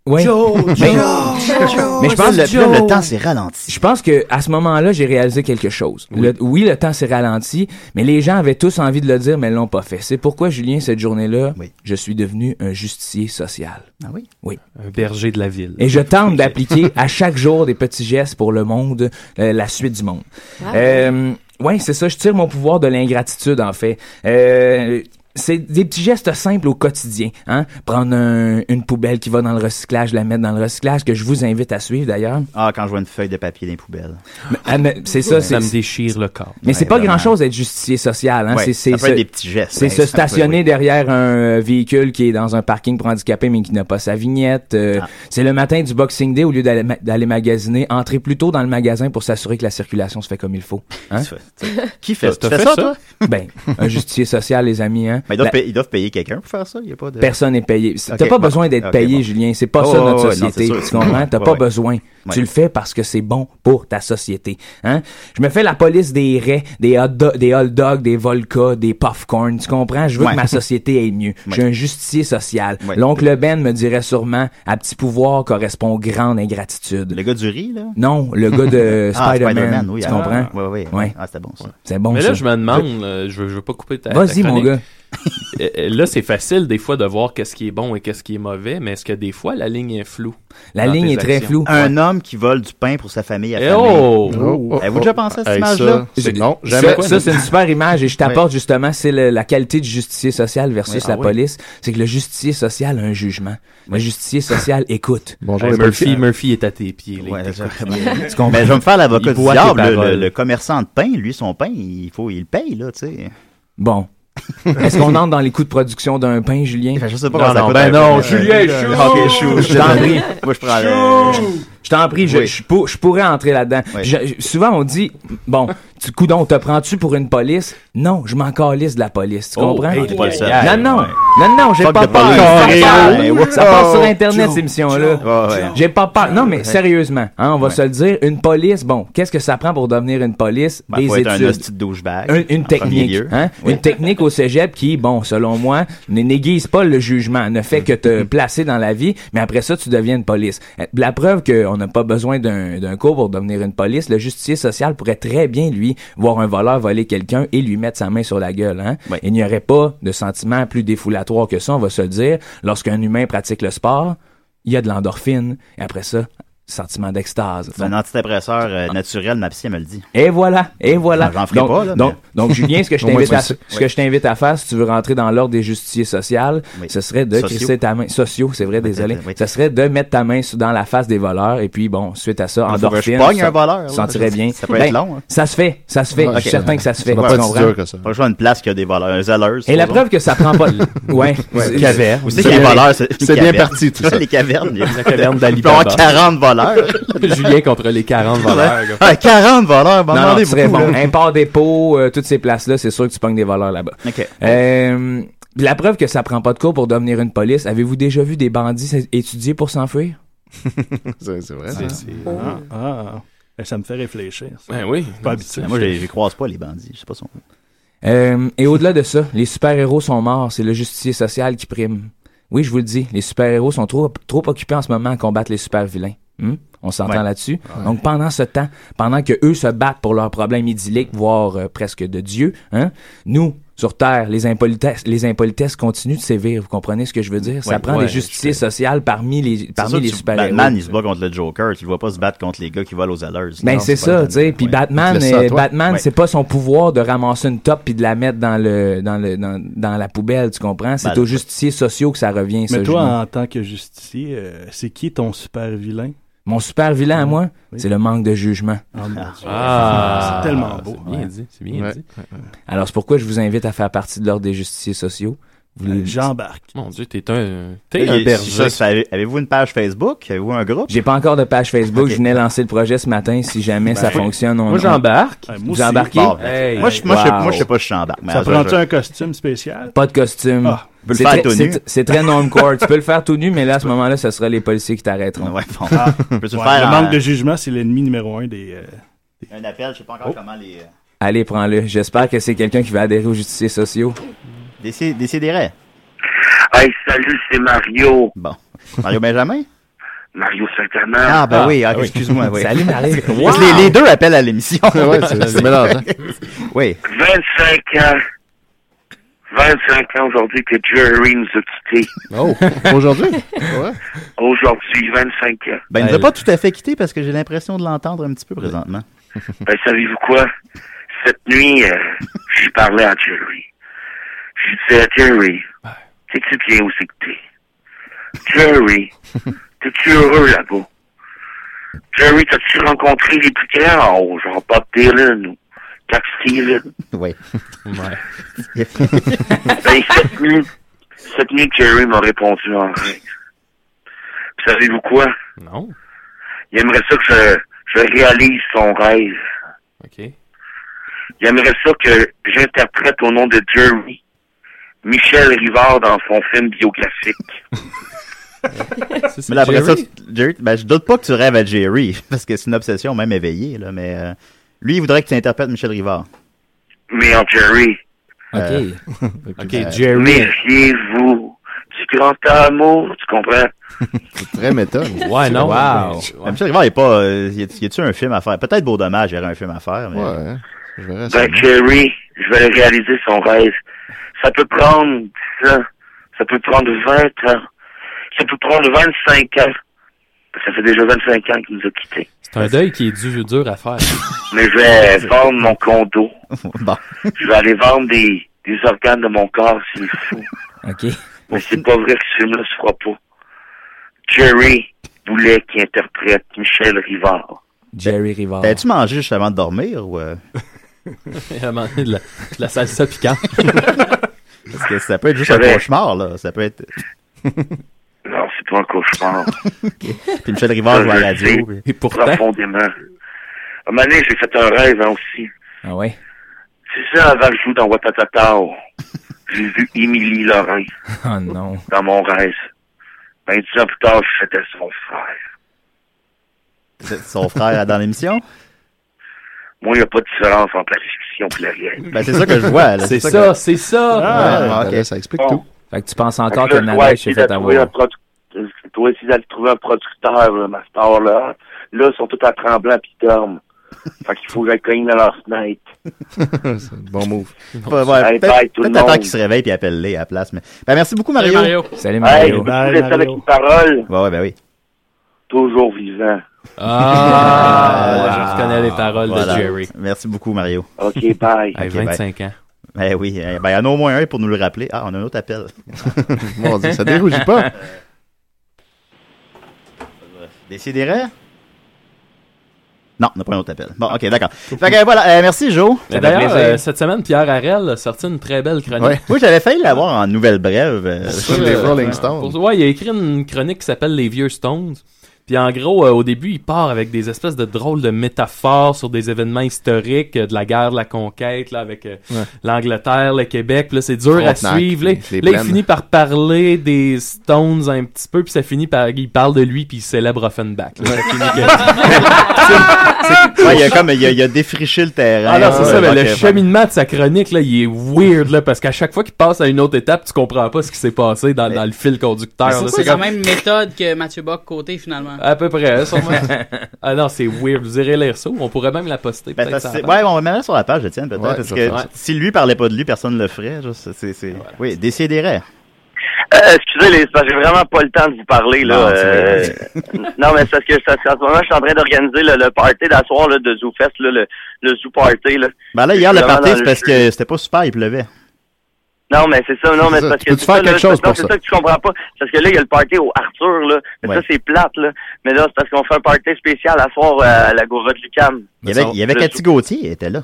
Speaker 10: Ouais.
Speaker 5: Joe,
Speaker 10: Mais-
Speaker 5: Joe, Joe,
Speaker 10: mais je pense que
Speaker 5: Joe. Le temps s'est ralenti.
Speaker 10: Je pense que à ce moment-là, j'ai réalisé quelque chose. Le- Oui, le, temps s'est ralenti, mais les gens avaient tous envie de le dire, mais ils l'ont pas fait. C'est pourquoi, Julien, cette journée-là, je suis devenu un justicier social.
Speaker 5: Ah oui?
Speaker 10: Oui.
Speaker 7: Un berger de la ville.
Speaker 10: Et je tente d'appliquer à chaque jour des petits gestes pour le monde, euh, la suite du monde.
Speaker 7: Wow.
Speaker 10: Euh, ouais, c'est ça. Je tire mon pouvoir de l'ingratitude, en fait. Euh, c'est des petits gestes simples au quotidien. Hein? Prendre un- une poubelle qui va dans le recyclage, la mettre dans le recyclage, que je vous invite à suivre d'ailleurs.
Speaker 5: Ah, quand je vois une feuille de papier dans les poubelles.
Speaker 10: Mais- ah, mais c'est ça,
Speaker 5: Ça
Speaker 10: c'est-
Speaker 5: me
Speaker 7: déchire le corps.
Speaker 10: Mais c'est
Speaker 5: Ouais,
Speaker 10: pas
Speaker 5: vraiment.
Speaker 10: grand-chose d'être justicier social. Hein?
Speaker 5: Ouais,
Speaker 10: c'est, c'est
Speaker 5: ça peut être
Speaker 10: se-
Speaker 5: des petits gestes.
Speaker 10: C'est
Speaker 5: Ouais,
Speaker 10: se
Speaker 5: ça peut,
Speaker 10: stationner
Speaker 5: oui.
Speaker 10: derrière un euh, véhicule qui est dans un parking pour handicapés mais qui n'a pas sa vignette.
Speaker 5: Ah.
Speaker 10: euh, C'est le matin du Boxing Day, au lieu d'aller, ma- d'aller magasiner, entrer plus tôt dans le magasin pour s'assurer que la circulation se fait comme il faut. Hein?
Speaker 5: Qui fait ça? Tu fais ça, toi?
Speaker 10: Ben, un justicier social, les amis. Hein?
Speaker 5: Mais ils doivent,
Speaker 10: La-
Speaker 5: payer, ils doivent payer quelqu'un pour faire ça. Il y a pas de...
Speaker 10: Personne n'est payé. C'est- T'as
Speaker 5: Ok,
Speaker 10: pas
Speaker 5: bon.
Speaker 10: besoin d'être
Speaker 5: Ok,
Speaker 10: payé,
Speaker 5: bon.
Speaker 10: Julien. C'est pas
Speaker 5: Oh,
Speaker 10: ça notre
Speaker 5: ouais, ouais, non,
Speaker 10: société.
Speaker 5: c'est
Speaker 10: tu
Speaker 5: sûr.
Speaker 10: comprends? T'as
Speaker 5: Ouais,
Speaker 10: pas
Speaker 5: ouais.
Speaker 10: besoin. Tu
Speaker 5: Ouais.
Speaker 10: le fais parce que c'est bon pour ta société. Hein? Je me fais la police des raies, des hot, do- des hot dogs, des volcas, des popcorn. Tu comprends? Je veux
Speaker 5: Ouais.
Speaker 10: que ma société aille mieux. Je suis
Speaker 5: Ouais.
Speaker 10: un justicier social.
Speaker 5: Ouais.
Speaker 10: L'oncle Ben me dirait sûrement, à petit pouvoir correspond grande ingratitude.
Speaker 5: Le gars du riz, là?
Speaker 10: Non, le gars de
Speaker 5: Ah,
Speaker 10: Spider-Man.
Speaker 5: Spider-Man, oui,
Speaker 10: tu
Speaker 5: ah,
Speaker 10: comprends?
Speaker 5: ouais, ouais, ouais.
Speaker 10: Ouais.
Speaker 5: Ah, c'était bon, ça.
Speaker 10: C'est bon,
Speaker 7: Mais
Speaker 10: ça.
Speaker 7: là, je me demande, euh, je, veux, je veux pas couper ta. ta
Speaker 10: Vas-y, mon
Speaker 7: chronique.
Speaker 10: gars.
Speaker 7: Euh, euh, là, c'est facile des fois de voir qu'est-ce qui est bon et qu'est-ce qui est mauvais, mais est-ce que des fois la ligne est floue?
Speaker 5: La
Speaker 7: dans
Speaker 5: ligne
Speaker 7: tes
Speaker 5: est très
Speaker 7: actions?
Speaker 5: floue. Un homme qui vole du pain pour sa famille à
Speaker 7: Eh
Speaker 5: famille.
Speaker 7: oh!
Speaker 5: Oh. Avez-vous déjà pensé à cette image-là?
Speaker 10: Ça, ça, c'est une super image et je t'apporte justement, c'est le- la qualité du justicier social versus
Speaker 5: Oui. Ah
Speaker 10: la
Speaker 5: oui.
Speaker 10: police. C'est que le justicier social a un jugement. Le justicier social écoute.
Speaker 7: Hey, Murphy, Murphy est à tes pieds. là, il t'écoute.
Speaker 5: Tu comprends? Ben, je vais me faire l'avocat
Speaker 7: Il
Speaker 5: du
Speaker 7: boit tes
Speaker 5: diable. Le,
Speaker 7: paroles.
Speaker 5: le commerçant de pain, lui, son pain, il faut, il le paye, là, tu sais.
Speaker 10: Bon. Est-ce qu'on entre dans les coûts de production d'un pain, Julien?
Speaker 5: Je sais pas
Speaker 10: Non,
Speaker 5: comment ça
Speaker 10: non,
Speaker 5: coûte
Speaker 10: ben
Speaker 5: un
Speaker 10: non,
Speaker 5: pain.
Speaker 10: Julien, chou!
Speaker 5: Ok, chou,
Speaker 10: Je t'en prie.
Speaker 5: Moi, je prends le-
Speaker 10: Je t'en prie, je,
Speaker 5: Oui.
Speaker 10: je pour- je pourrais entrer là-dedans. Je- je- Souvent, on dit, bon, tu, coudon, te prends-tu pour une police? Non, je m'en calisse de la police, tu
Speaker 5: Oh,
Speaker 10: comprends?
Speaker 5: hey, t'es pas le seul.
Speaker 10: Non, non, non, non, j'ai
Speaker 5: Fuck
Speaker 10: pas
Speaker 5: the
Speaker 10: peur.
Speaker 5: police.
Speaker 10: Ça
Speaker 5: Carré,
Speaker 10: passe-
Speaker 5: oh.
Speaker 10: Ça passe sur Internet,
Speaker 5: Joe,
Speaker 10: ces missions-là. J'ai pas peur. Non, mais sérieusement, hein, on va se le dire, une police, bon, qu'est-ce que ça prend pour devenir une police?
Speaker 5: Ben,
Speaker 10: Des
Speaker 5: faut être un
Speaker 10: études.
Speaker 5: hostie de douchebag,
Speaker 10: Un- Une
Speaker 5: en premier
Speaker 10: technique.
Speaker 5: lieu.
Speaker 10: hein?
Speaker 5: Oui.
Speaker 10: Une technique au cégep qui, bon, selon moi, ne n'aiguise pas le jugement, ne fait que
Speaker 5: Mm-hmm.
Speaker 10: te placer dans la vie, mais après ça, tu deviens une police. Euh, La preuve qu'on n'a pas besoin d'un d'un cours pour devenir une police, le justicier social pourrait très bien, lui, voir un voleur voler quelqu'un et lui mettre sa main sur la gueule. Hein? Il n'y aurait pas de sentiment plus défoulatoire que ça, on va se le dire. Lorsqu'un humain pratique le sport, il y a de l'endorphine, et après ça, sentiment d'extase.
Speaker 5: C'est un antidépresseur euh, naturel, ma psy elle me le dit.
Speaker 10: Et voilà, et voilà.
Speaker 5: J'en ferai
Speaker 10: donc,
Speaker 5: pas, là,
Speaker 10: donc,
Speaker 5: mais-
Speaker 10: donc, Julien, ce que je
Speaker 5: Au moins,
Speaker 10: t'invite
Speaker 5: tu le
Speaker 10: à,
Speaker 5: sais.
Speaker 10: ce que je t'invite à faire, si tu veux rentrer dans l'ordre des justiciers sociaux, ce serait de
Speaker 5: Sociaux.
Speaker 10: crisser ta main, sociaux, c'est vrai, désolé, ce serait de mettre ta main sous- dans la face des voleurs, et puis bon, suite à ça,
Speaker 5: Il Ah, faut
Speaker 10: endorphine,
Speaker 5: que je pogne
Speaker 10: ça-
Speaker 5: un voleur, là.
Speaker 10: sentirais bien. Ben,
Speaker 5: Ça peut être long, hein.
Speaker 10: Ça se fait, ça se fait, je suis certain que ça se fait, tu comprends?
Speaker 5: Pas jouer à une place qui a des voleurs, un zèleuse.
Speaker 10: Et la preuve que ça prend pas. ouais.
Speaker 5: Ouais,
Speaker 10: C'est-
Speaker 5: une caverne.
Speaker 10: c'est-
Speaker 5: C'est bien- c'est bien parti, tout ça.
Speaker 10: Les cavernes. il y a-
Speaker 5: La caverne d'Alibaba.
Speaker 10: Il peut y avoir 40 voleurs.
Speaker 7: Julien contre les 40 voleurs. gars.
Speaker 5: Ah, 40 voleurs, ben,
Speaker 10: Non, non,
Speaker 5: demandez
Speaker 10: tu serais
Speaker 5: beaucoup,
Speaker 10: bon.
Speaker 5: là.
Speaker 10: Import dépôt, euh, toutes ces places-là, c'est sûr que tu pognes des voleurs là-bas.
Speaker 5: OK.
Speaker 10: Euh, puis la preuve que ça prend pas de cours pour devenir une police, avez-vous déjà vu des bandits s- étudier pour s'enfuir?
Speaker 6: C'est c'est vrai.
Speaker 9: Ah,
Speaker 6: ça.
Speaker 9: ah, ah. Ben, ça me fait réfléchir. ça.
Speaker 7: Ben oui.
Speaker 9: Je suis Pas habitué.
Speaker 5: Moi, je les croise pas, les bandits. Je sais pas son.
Speaker 10: Euh, et au-delà de ça, les super-héros sont morts, c'est le justicier social qui prime. Oui, je vous le dis, les super-héros sont trop, trop occupés en ce moment à combattre les super-vilains. Hmm? On s'entend
Speaker 5: Ouais.
Speaker 10: là-dessus. Donc pendant ce temps, pendant que eux se battent pour leurs problèmes idylliques, voire euh, presque de Dieu, hein, nous, sur Terre, les impolitesses, les impolitesses continuent de sévir. Vous comprenez ce que je veux dire? Ça
Speaker 5: Ouais,
Speaker 10: prend
Speaker 5: ouais,
Speaker 10: des justiciers sociales parmi les,
Speaker 5: C'est sûr
Speaker 10: parmi
Speaker 5: que
Speaker 10: les
Speaker 5: tu-
Speaker 10: super-héros.
Speaker 5: Batman, il se bat contre le Joker. Tu le vois pas se battre contre les gars qui volent aux alleuses.
Speaker 10: Ben
Speaker 5: Non,
Speaker 10: c'est
Speaker 5: pas
Speaker 10: ça, tu sais. Puis Batman,
Speaker 5: Laisse ça à
Speaker 10: euh,
Speaker 5: toi.
Speaker 10: Batman,
Speaker 5: Ouais.
Speaker 10: c'est pas son pouvoir de ramasser une top puis de la mettre dans le dans le dans, dans la poubelle, tu comprends C'est
Speaker 9: Ben,
Speaker 10: aux justiciers sociaux que ça revient.
Speaker 9: Mais
Speaker 10: ça,
Speaker 9: toi,
Speaker 10: Julien.
Speaker 9: en tant que justicier, euh, c'est qui ton super vilain?
Speaker 10: Mon super vilain à moi, c'est le manque de jugement.
Speaker 7: Ah, c'est tellement beau. C'est bien dit, c'est bien dit.
Speaker 10: Alors, c'est pourquoi je vous invite à faire partie de l'ordre des justiciers sociaux. Vous-
Speaker 7: J'embarque. Mon Dieu, t'es un.
Speaker 10: T'es un berger.
Speaker 5: Avez- Avez-vous une page Facebook? Avez-vous un groupe?
Speaker 10: J'ai pas encore de page Facebook. Je venais lancer le projet ce matin. Si jamais ça
Speaker 5: Ben,
Speaker 10: fonctionne, on
Speaker 5: moi, j'embarque.
Speaker 10: on-
Speaker 5: Ouais, moi
Speaker 10: Vous
Speaker 5: aussi.
Speaker 10: embarquez?
Speaker 5: Bon, ben, moi, je- moi, je- moi, je sais pas si je t'embarque, mais Ça alors, prend-tu je-
Speaker 9: un costume spécial?
Speaker 10: Pas de costume.
Speaker 9: Ah. Tu peux le
Speaker 10: C'est
Speaker 9: faire
Speaker 10: très-
Speaker 9: tout nu.
Speaker 10: c'est- C'est très normcore. tu peux le faire tout nu, mais là, à ce moment-là, ce sera les policiers qui t'arrêteront.
Speaker 9: Ah, ouais, le manque de jugement, c'est l'ennemi numéro un des. euh,
Speaker 5: Un appel, je sais pas encore comment les...
Speaker 10: Allez, prends-le. J'espère que c'est quelqu'un qui va adhérer aux justiciers sociaux.
Speaker 5: Décidérez.
Speaker 13: Hey, salut, c'est Mario.
Speaker 5: Bon. Mario Benjamin?
Speaker 13: Mario Sacana.
Speaker 5: Ah, ben oui, ah, excuse-moi. Oui.
Speaker 13: Salut, Mario.
Speaker 5: Parce que les, les deux appellent à l'émission.
Speaker 6: Ouais, c'est- c'est
Speaker 5: hein.
Speaker 6: mélangeant.
Speaker 5: Oui.
Speaker 13: 25 ans. 25 ans aujourd'hui que Jerry nous a quittés.
Speaker 6: Oh, aujourd'hui? Ouais.
Speaker 13: Aujourd'hui, 25 ans.
Speaker 5: Ben, il nous a pas tout à fait quitté parce que j'ai l'impression de l'entendre un petit peu présentement.
Speaker 13: Ben, savez-vous quoi? Cette nuit, euh, je parlais à Jerry. Je disais à Jerry, t'es-tu bien où c'est que t'es? Jerry, t'es-tu heureux là-bas? Jerry, t'as-tu rencontré les plus grands? Oh, genre Bob Dylan ou Cap Steven?
Speaker 5: Oui.
Speaker 13: ben, cette nuit, cette nuit, Jerry m'a répondu en rêve. Puis savez-vous quoi?
Speaker 7: Non.
Speaker 13: Il aimerait ça que je, je réalise son rêve.
Speaker 7: OK.
Speaker 13: Il aimerait ça que j'interprète au nom de Jerry Michel Rivard dans son film biographique.
Speaker 5: Mais là, après ça,
Speaker 13: Jerry?
Speaker 5: Jerry, ben, je doute pas que tu rêves à Jerry, parce que c'est une obsession même éveillée, là, mais euh, lui, il voudrait que tu interprètes Michel Rivard.
Speaker 13: Mais en Jerry.
Speaker 5: Euh,
Speaker 7: OK, Jerry.
Speaker 13: Méfiez-vous du grand amour, tu comprends?
Speaker 6: Très méthode.
Speaker 7: Ouais, non.
Speaker 5: Wow.
Speaker 7: Ouais.
Speaker 5: Michel Rivard, il est pas. euh, y a- y a-tu un film à faire? Peut-être Beau Dommage, il y aurait un film à faire. Mais... Ouais. Je verrais
Speaker 13: Ben, Jerry, je vais le réaliser son rêve. Ça peut prendre 10 ans. Ça peut prendre 20 ans. Ça peut prendre 25 ans. Ça fait déjà 25 ans qu'il nous a quittés.
Speaker 7: C'est un deuil qui est dur, dur à faire.
Speaker 13: Mais je vais vendre mon condo. Je vais aller vendre des, des organes de mon corps s'il faut.
Speaker 10: OK.
Speaker 13: Mais c'est pas vrai que ce film-là se fera pas. Jerry voulait qu'il interprète Michel Rivard.
Speaker 10: Jerry Rivard.
Speaker 5: T'as-tu mangé juste avant de dormir ou. euh,
Speaker 7: Il a mangé de la, de la salsa piquante.
Speaker 5: Parce que ça peut être juste un
Speaker 7: J'avais-
Speaker 5: cauchemar, là. Ça peut être.
Speaker 13: Non, c'est pas un cauchemar.
Speaker 5: Puis Michel Rivard joue à la
Speaker 13: Je le
Speaker 5: radio.
Speaker 13: sais
Speaker 5: puis-
Speaker 13: Profondément. À un moment donné, j'ai fait un rêve hein, aussi.
Speaker 10: Ah ouais?
Speaker 13: C'est ça, avant que je joue dans Watatao. j'ai vu Émilie Lorrain
Speaker 10: Oh non.
Speaker 13: dans mon rêve. 26 ans plus tard, j'étais son frère.
Speaker 5: C'est Son frère dans l'émission?
Speaker 13: Moi, il n'y a pas de différence entre la fiction et la réalité.
Speaker 5: Ben, c'est ça que je vois, là.
Speaker 10: C'est
Speaker 5: C'est ça
Speaker 10: ça,
Speaker 5: que-
Speaker 10: c'est ça!
Speaker 5: Ah,
Speaker 10: Ouais,
Speaker 5: ah,
Speaker 10: ben
Speaker 5: ok.
Speaker 10: là, ça explique
Speaker 13: tout.
Speaker 10: Fait que tu penses encore
Speaker 13: Fait que
Speaker 10: que
Speaker 13: là, je dois
Speaker 10: Nadège s'est
Speaker 13: essayer
Speaker 10: fait
Speaker 13: de trouver un
Speaker 10: avoir.
Speaker 13: produ- je dois essayer d'aller trouver un producteur, là, ma star, là. Là, ils sont tous à tremblant pis ils dorment. Fait qu'il faut que j'aille cogner dans leur fenêtre.
Speaker 6: c'est un bon move.
Speaker 5: Ouais, ouais,
Speaker 13: Bye,
Speaker 5: peut-être-
Speaker 13: bye, tout le
Speaker 5: Peut-être attends
Speaker 13: monde.
Speaker 5: qu'il se réveille puis appelle-les à la place. Mais... Ben, merci beaucoup, Mario.
Speaker 10: Salut,
Speaker 13: Hey, je peux vous laisser avec une parole.
Speaker 5: Ouais, ouais, ben oui.
Speaker 13: Toujours vivant.
Speaker 7: je reconnais les paroles de Jerry.
Speaker 5: Merci beaucoup, Mario.
Speaker 13: OK, bye.
Speaker 7: Hey,
Speaker 5: Ok,
Speaker 7: 25
Speaker 5: bye.
Speaker 7: ans.
Speaker 5: Ben oui, eh, ben il y en a au moins un pour nous le rappeler. Ah, on a un autre appel.
Speaker 6: Mon Dieu, ça dérougit pas.
Speaker 5: Décidérez? Non, on n'a pas un autre appel. Bon, ok, d'accord. Fait que voilà, euh, merci Joe.
Speaker 7: Mais D'ailleurs, euh, cette semaine, Pierre Harel a sorti une très belle chronique.
Speaker 5: Ouais. euh, Moi, j'avais failli l'avoir en nouvelle brève. euh,
Speaker 7: Pour, euh, pour- ouais, il a écrit une chronique qui s'appelle Les Vieux Stones. Puis en gros, euh, au début, il part avec des espèces de drôles de métaphores sur des événements historiques euh, de la guerre, de la conquête, là, avec euh,
Speaker 6: Ouais.
Speaker 7: l'Angleterre, le Québec. Puis là, c'est dur à
Speaker 6: Frontenac,
Speaker 7: suivre. Là,
Speaker 6: les
Speaker 7: Là, il
Speaker 6: plaines.
Speaker 7: finit par parler des Stones un petit peu, puis ça finit par... Il parle de lui, puis il célèbre Offenbach. là. Ça finit que-
Speaker 5: Ouais, il y a comme, il y a, il a défriché le terrain.
Speaker 7: Ah non, c'est ça,
Speaker 5: Ouais,
Speaker 7: mais
Speaker 5: ok,
Speaker 7: le cheminement de sa chronique, là, il est weird, là, parce qu'à chaque fois qu'il passe à une autre étape, tu comprends pas ce qui s'est passé dans, dans le fil conducteur.
Speaker 11: Mais
Speaker 7: là,
Speaker 11: C'est la
Speaker 7: comme-
Speaker 11: même méthode que Mathieu Bock côté finalement.
Speaker 7: À peu près, hein, sûrement. ah non, c'est weird. Vous irez lire ça, ou on pourrait même la poster.
Speaker 5: Ben,
Speaker 7: peut-être
Speaker 5: parce
Speaker 7: ça
Speaker 5: que c'est-
Speaker 7: avance.
Speaker 5: ouais, on va mettre sur la page, Étienne, peut-être,
Speaker 7: Ouais,
Speaker 5: parce
Speaker 7: je
Speaker 5: que
Speaker 7: vais faire ça.
Speaker 5: si lui parlait pas de lui, personne ne le ferait. je- c'est- c'est- c'est- Oui, décidérez.
Speaker 13: Euh, excusez, les, c'est parce que j'ai vraiment pas le temps de vous parler, là.
Speaker 5: Non, c'est
Speaker 13: Euh, non, mais c'est parce que c'est parce qu'en ce moment, je suis en train d'organiser le, le party d'asseoir, là, de Zoo Fest, là, le, le Zoo Party, là.
Speaker 5: Ben là, hier, le
Speaker 13: Je suis vraiment
Speaker 5: party,
Speaker 13: dans
Speaker 5: c'est parce que c'était pas super, il pleuvait.
Speaker 8: Non, mais c'est ça, non, mais
Speaker 6: C'est ça.
Speaker 8: parce
Speaker 6: Tu
Speaker 8: que.
Speaker 6: peux-tu faire
Speaker 8: c'est ça, là,
Speaker 6: quelque chose
Speaker 8: c'est- non,
Speaker 6: pour
Speaker 8: c'est
Speaker 6: ça?
Speaker 8: ça que tu comprends pas. C'est Parce que là, il y a le party au Arthur, là. Mais
Speaker 6: Ouais.
Speaker 8: ça, c'est plate, là. Mais là, c'est parce qu'on fait un party spécial à soir euh, à la Gova de Lucam.
Speaker 5: Il y avait, il y avait
Speaker 8: Le-
Speaker 5: Cathy Gauthier, elle était là.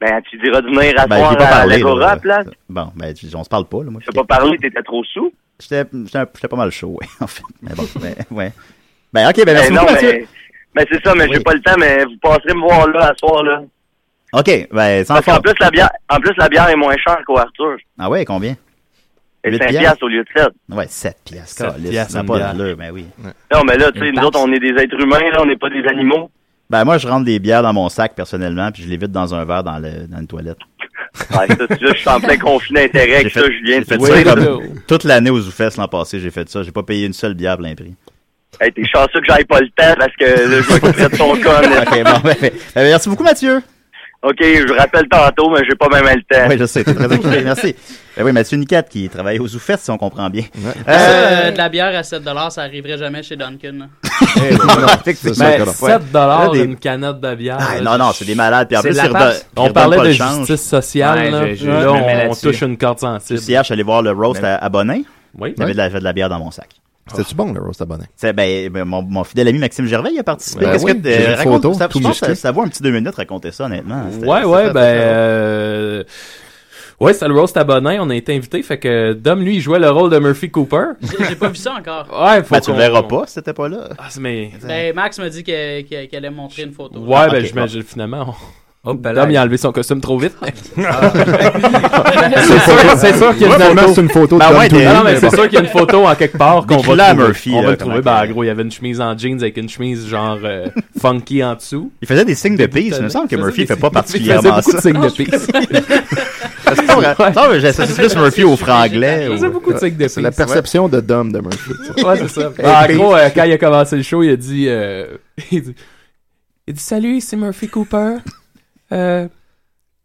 Speaker 8: Ben, tu diras de venir à
Speaker 5: Ben,
Speaker 8: soir
Speaker 5: j'ai pas
Speaker 8: à
Speaker 5: parlé,
Speaker 8: la Gova,
Speaker 5: là.
Speaker 8: à place.
Speaker 5: Bon, ben, tu- on se parle pas, là, moi.
Speaker 8: T'as pas parlé, t'étais trop sous.
Speaker 5: J'étais j'étais un- j'étais pas mal chaud, ouais, en fait. Mais bon, ben, ouais. Ben, OK, ben, merci
Speaker 8: Ben, non,
Speaker 5: beaucoup, Mathieu.
Speaker 8: mais. Ben, c'est ça, mais j'ai pas le temps, mais vous passerez me voir là, à soir, là.
Speaker 5: OK, ben, sans
Speaker 8: Parce qu'en
Speaker 5: faute.
Speaker 8: plus, la bière, en plus, la bière est moins chère qu'au Arthur.
Speaker 5: Ah ouais, combien?
Speaker 8: Et
Speaker 5: Huit
Speaker 8: 5
Speaker 5: piastres?
Speaker 8: piastres au lieu de 7.
Speaker 5: Ouais, 7 piastres.
Speaker 8: Sept
Speaker 5: câlisse,
Speaker 8: piastres,
Speaker 5: ça n'a
Speaker 8: une
Speaker 5: pas
Speaker 8: bière.
Speaker 5: d'allure, ben oui.
Speaker 8: Non, mais là, tu sais,
Speaker 5: Une
Speaker 8: nous autres, on est des êtres humains, là, on n'est pas des animaux.
Speaker 5: Ben, moi, je rentre des bières dans mon sac, personnellement, puis je les vide dans un verre dans, le, dans une toilette.
Speaker 8: Ouais, ça, tu vois, je suis en plein conflit d'intérêt avec ça, Julien.
Speaker 5: J'ai fait
Speaker 8: Oui,
Speaker 5: ça
Speaker 8: là.
Speaker 5: comme toute l'année aux Zoufès l'an passé, j'ai fait ça. J'ai pas payé une seule bière plein prix.
Speaker 8: Hey, t'es chanceux que j'aille pas le temps parce que là, je vais couper de ton con. là.
Speaker 5: OK, bon, ben, ben, merci beaucoup, Mathieu.
Speaker 8: OK, je rappelle tantôt, mais j'ai pas même le temps.
Speaker 5: Oui, je sais, t'es très occupé, merci. Ben oui, Mathieu Niquette qui travaille aux Zoufès, si on comprend bien.
Speaker 11: Ça,
Speaker 5: Euh,
Speaker 11: euh, de la bière à 7 ça arriverait jamais chez Duncan. là.
Speaker 5: Eh Ah, non, effectivement.
Speaker 7: Ben,
Speaker 5: Ouais.
Speaker 7: 7 dollars
Speaker 5: Là, des-
Speaker 7: une canette de bière.
Speaker 5: Ah,
Speaker 7: là,
Speaker 5: non, non, c'est des malades. Puis en
Speaker 7: C'est
Speaker 5: plus,
Speaker 7: la
Speaker 5: ils redon-
Speaker 7: passe.
Speaker 5: ils
Speaker 7: on
Speaker 5: redonnent
Speaker 7: parlait
Speaker 5: pas
Speaker 7: de
Speaker 5: le change.
Speaker 7: justice sociale.
Speaker 5: Ouais,
Speaker 7: là,
Speaker 5: je- je-
Speaker 7: Là,
Speaker 5: je me mets
Speaker 7: on,
Speaker 5: là-dessus.
Speaker 7: touche une corde sensible.
Speaker 5: Hier, je suis allé voir le roast
Speaker 7: Mais-
Speaker 5: à, à Bonin.
Speaker 7: Oui.
Speaker 5: J'avais
Speaker 7: Oui.
Speaker 5: de la, de la bière dans mon sac.
Speaker 6: C'était-tu bon, le roast à bonnet?
Speaker 5: C'est- Ben, ben, mon, mon fidèle ami Maxime Gervais il a participé.
Speaker 6: Ben
Speaker 5: Qu'est-ce
Speaker 6: oui,
Speaker 5: que
Speaker 6: j'ai
Speaker 5: t'es-
Speaker 6: une
Speaker 5: raconte-
Speaker 6: photo,
Speaker 5: ça,
Speaker 6: tout
Speaker 5: je pense que
Speaker 6: musclé.
Speaker 5: ça, ça vaut un petit deux minutes raconter ça, honnêtement. C'était-
Speaker 7: Ouais,
Speaker 5: c'était
Speaker 7: ouais,
Speaker 5: très,
Speaker 7: ben.
Speaker 5: très drôle.
Speaker 7: euh, Ouais, c'est le roast à Bonin, on a été invité, fait que Dom, lui, il jouait le rôle de Murphy Cooper.
Speaker 11: J'ai j'ai pas vu ça encore.
Speaker 7: Ouais, faut
Speaker 5: Ben, tu le
Speaker 7: qu'on-
Speaker 5: verras pas, c'était pas là.
Speaker 7: Ah, c'est- mais.
Speaker 11: Ben, Max m'a dit que- que- qu'elle allait montrer une photo.
Speaker 5: ah,
Speaker 7: Ouais, ben,
Speaker 11: Ok.
Speaker 7: j'imagine finalement.
Speaker 5: Oh,
Speaker 7: On...
Speaker 10: ben là,
Speaker 7: Dom, il a
Speaker 10: il-
Speaker 7: enlevé son costume trop vite.
Speaker 10: Ah.
Speaker 7: c'est sûr, c'est sûr qu'il y a
Speaker 10: Ouais,
Speaker 7: une
Speaker 10: vraiment,
Speaker 7: photo.
Speaker 10: c'est une photo de
Speaker 7: Ben,
Speaker 10: Dom
Speaker 7: ouais,
Speaker 10: Toulouse,
Speaker 7: non, non, mais
Speaker 10: mais
Speaker 7: c'est
Speaker 10: bon.
Speaker 7: sûr qu'il y a une photo en quelque part qu'on
Speaker 10: Décris-la
Speaker 7: va
Speaker 10: à
Speaker 7: trouver.
Speaker 10: Murphy,
Speaker 7: on va
Speaker 5: euh,
Speaker 10: là,
Speaker 7: le trouver.
Speaker 10: comment
Speaker 7: Ben, en gros, il y avait une chemise en jeans avec une chemise genre euh, funky en dessous.
Speaker 5: Il faisait des signes de peace. Il me semble que Murphy fait pas particulièrement
Speaker 7: Il faisait beaucoup de
Speaker 5: ça.
Speaker 7: signes de peace.
Speaker 5: Parce que ça, on- ça, on- j'associe plus Murphy au franglais.
Speaker 7: Il faisait
Speaker 5: ou- euh,
Speaker 7: beaucoup de signes de
Speaker 6: C'est la
Speaker 7: peace, ouais.
Speaker 6: perception de Dom de Murphy.
Speaker 7: Ouais, c'est ça. Ben, en gros, euh, quand il a commencé le show, il a dit, euh, il dit, il dit, Salut, c'est Murphy Cooper. Euh,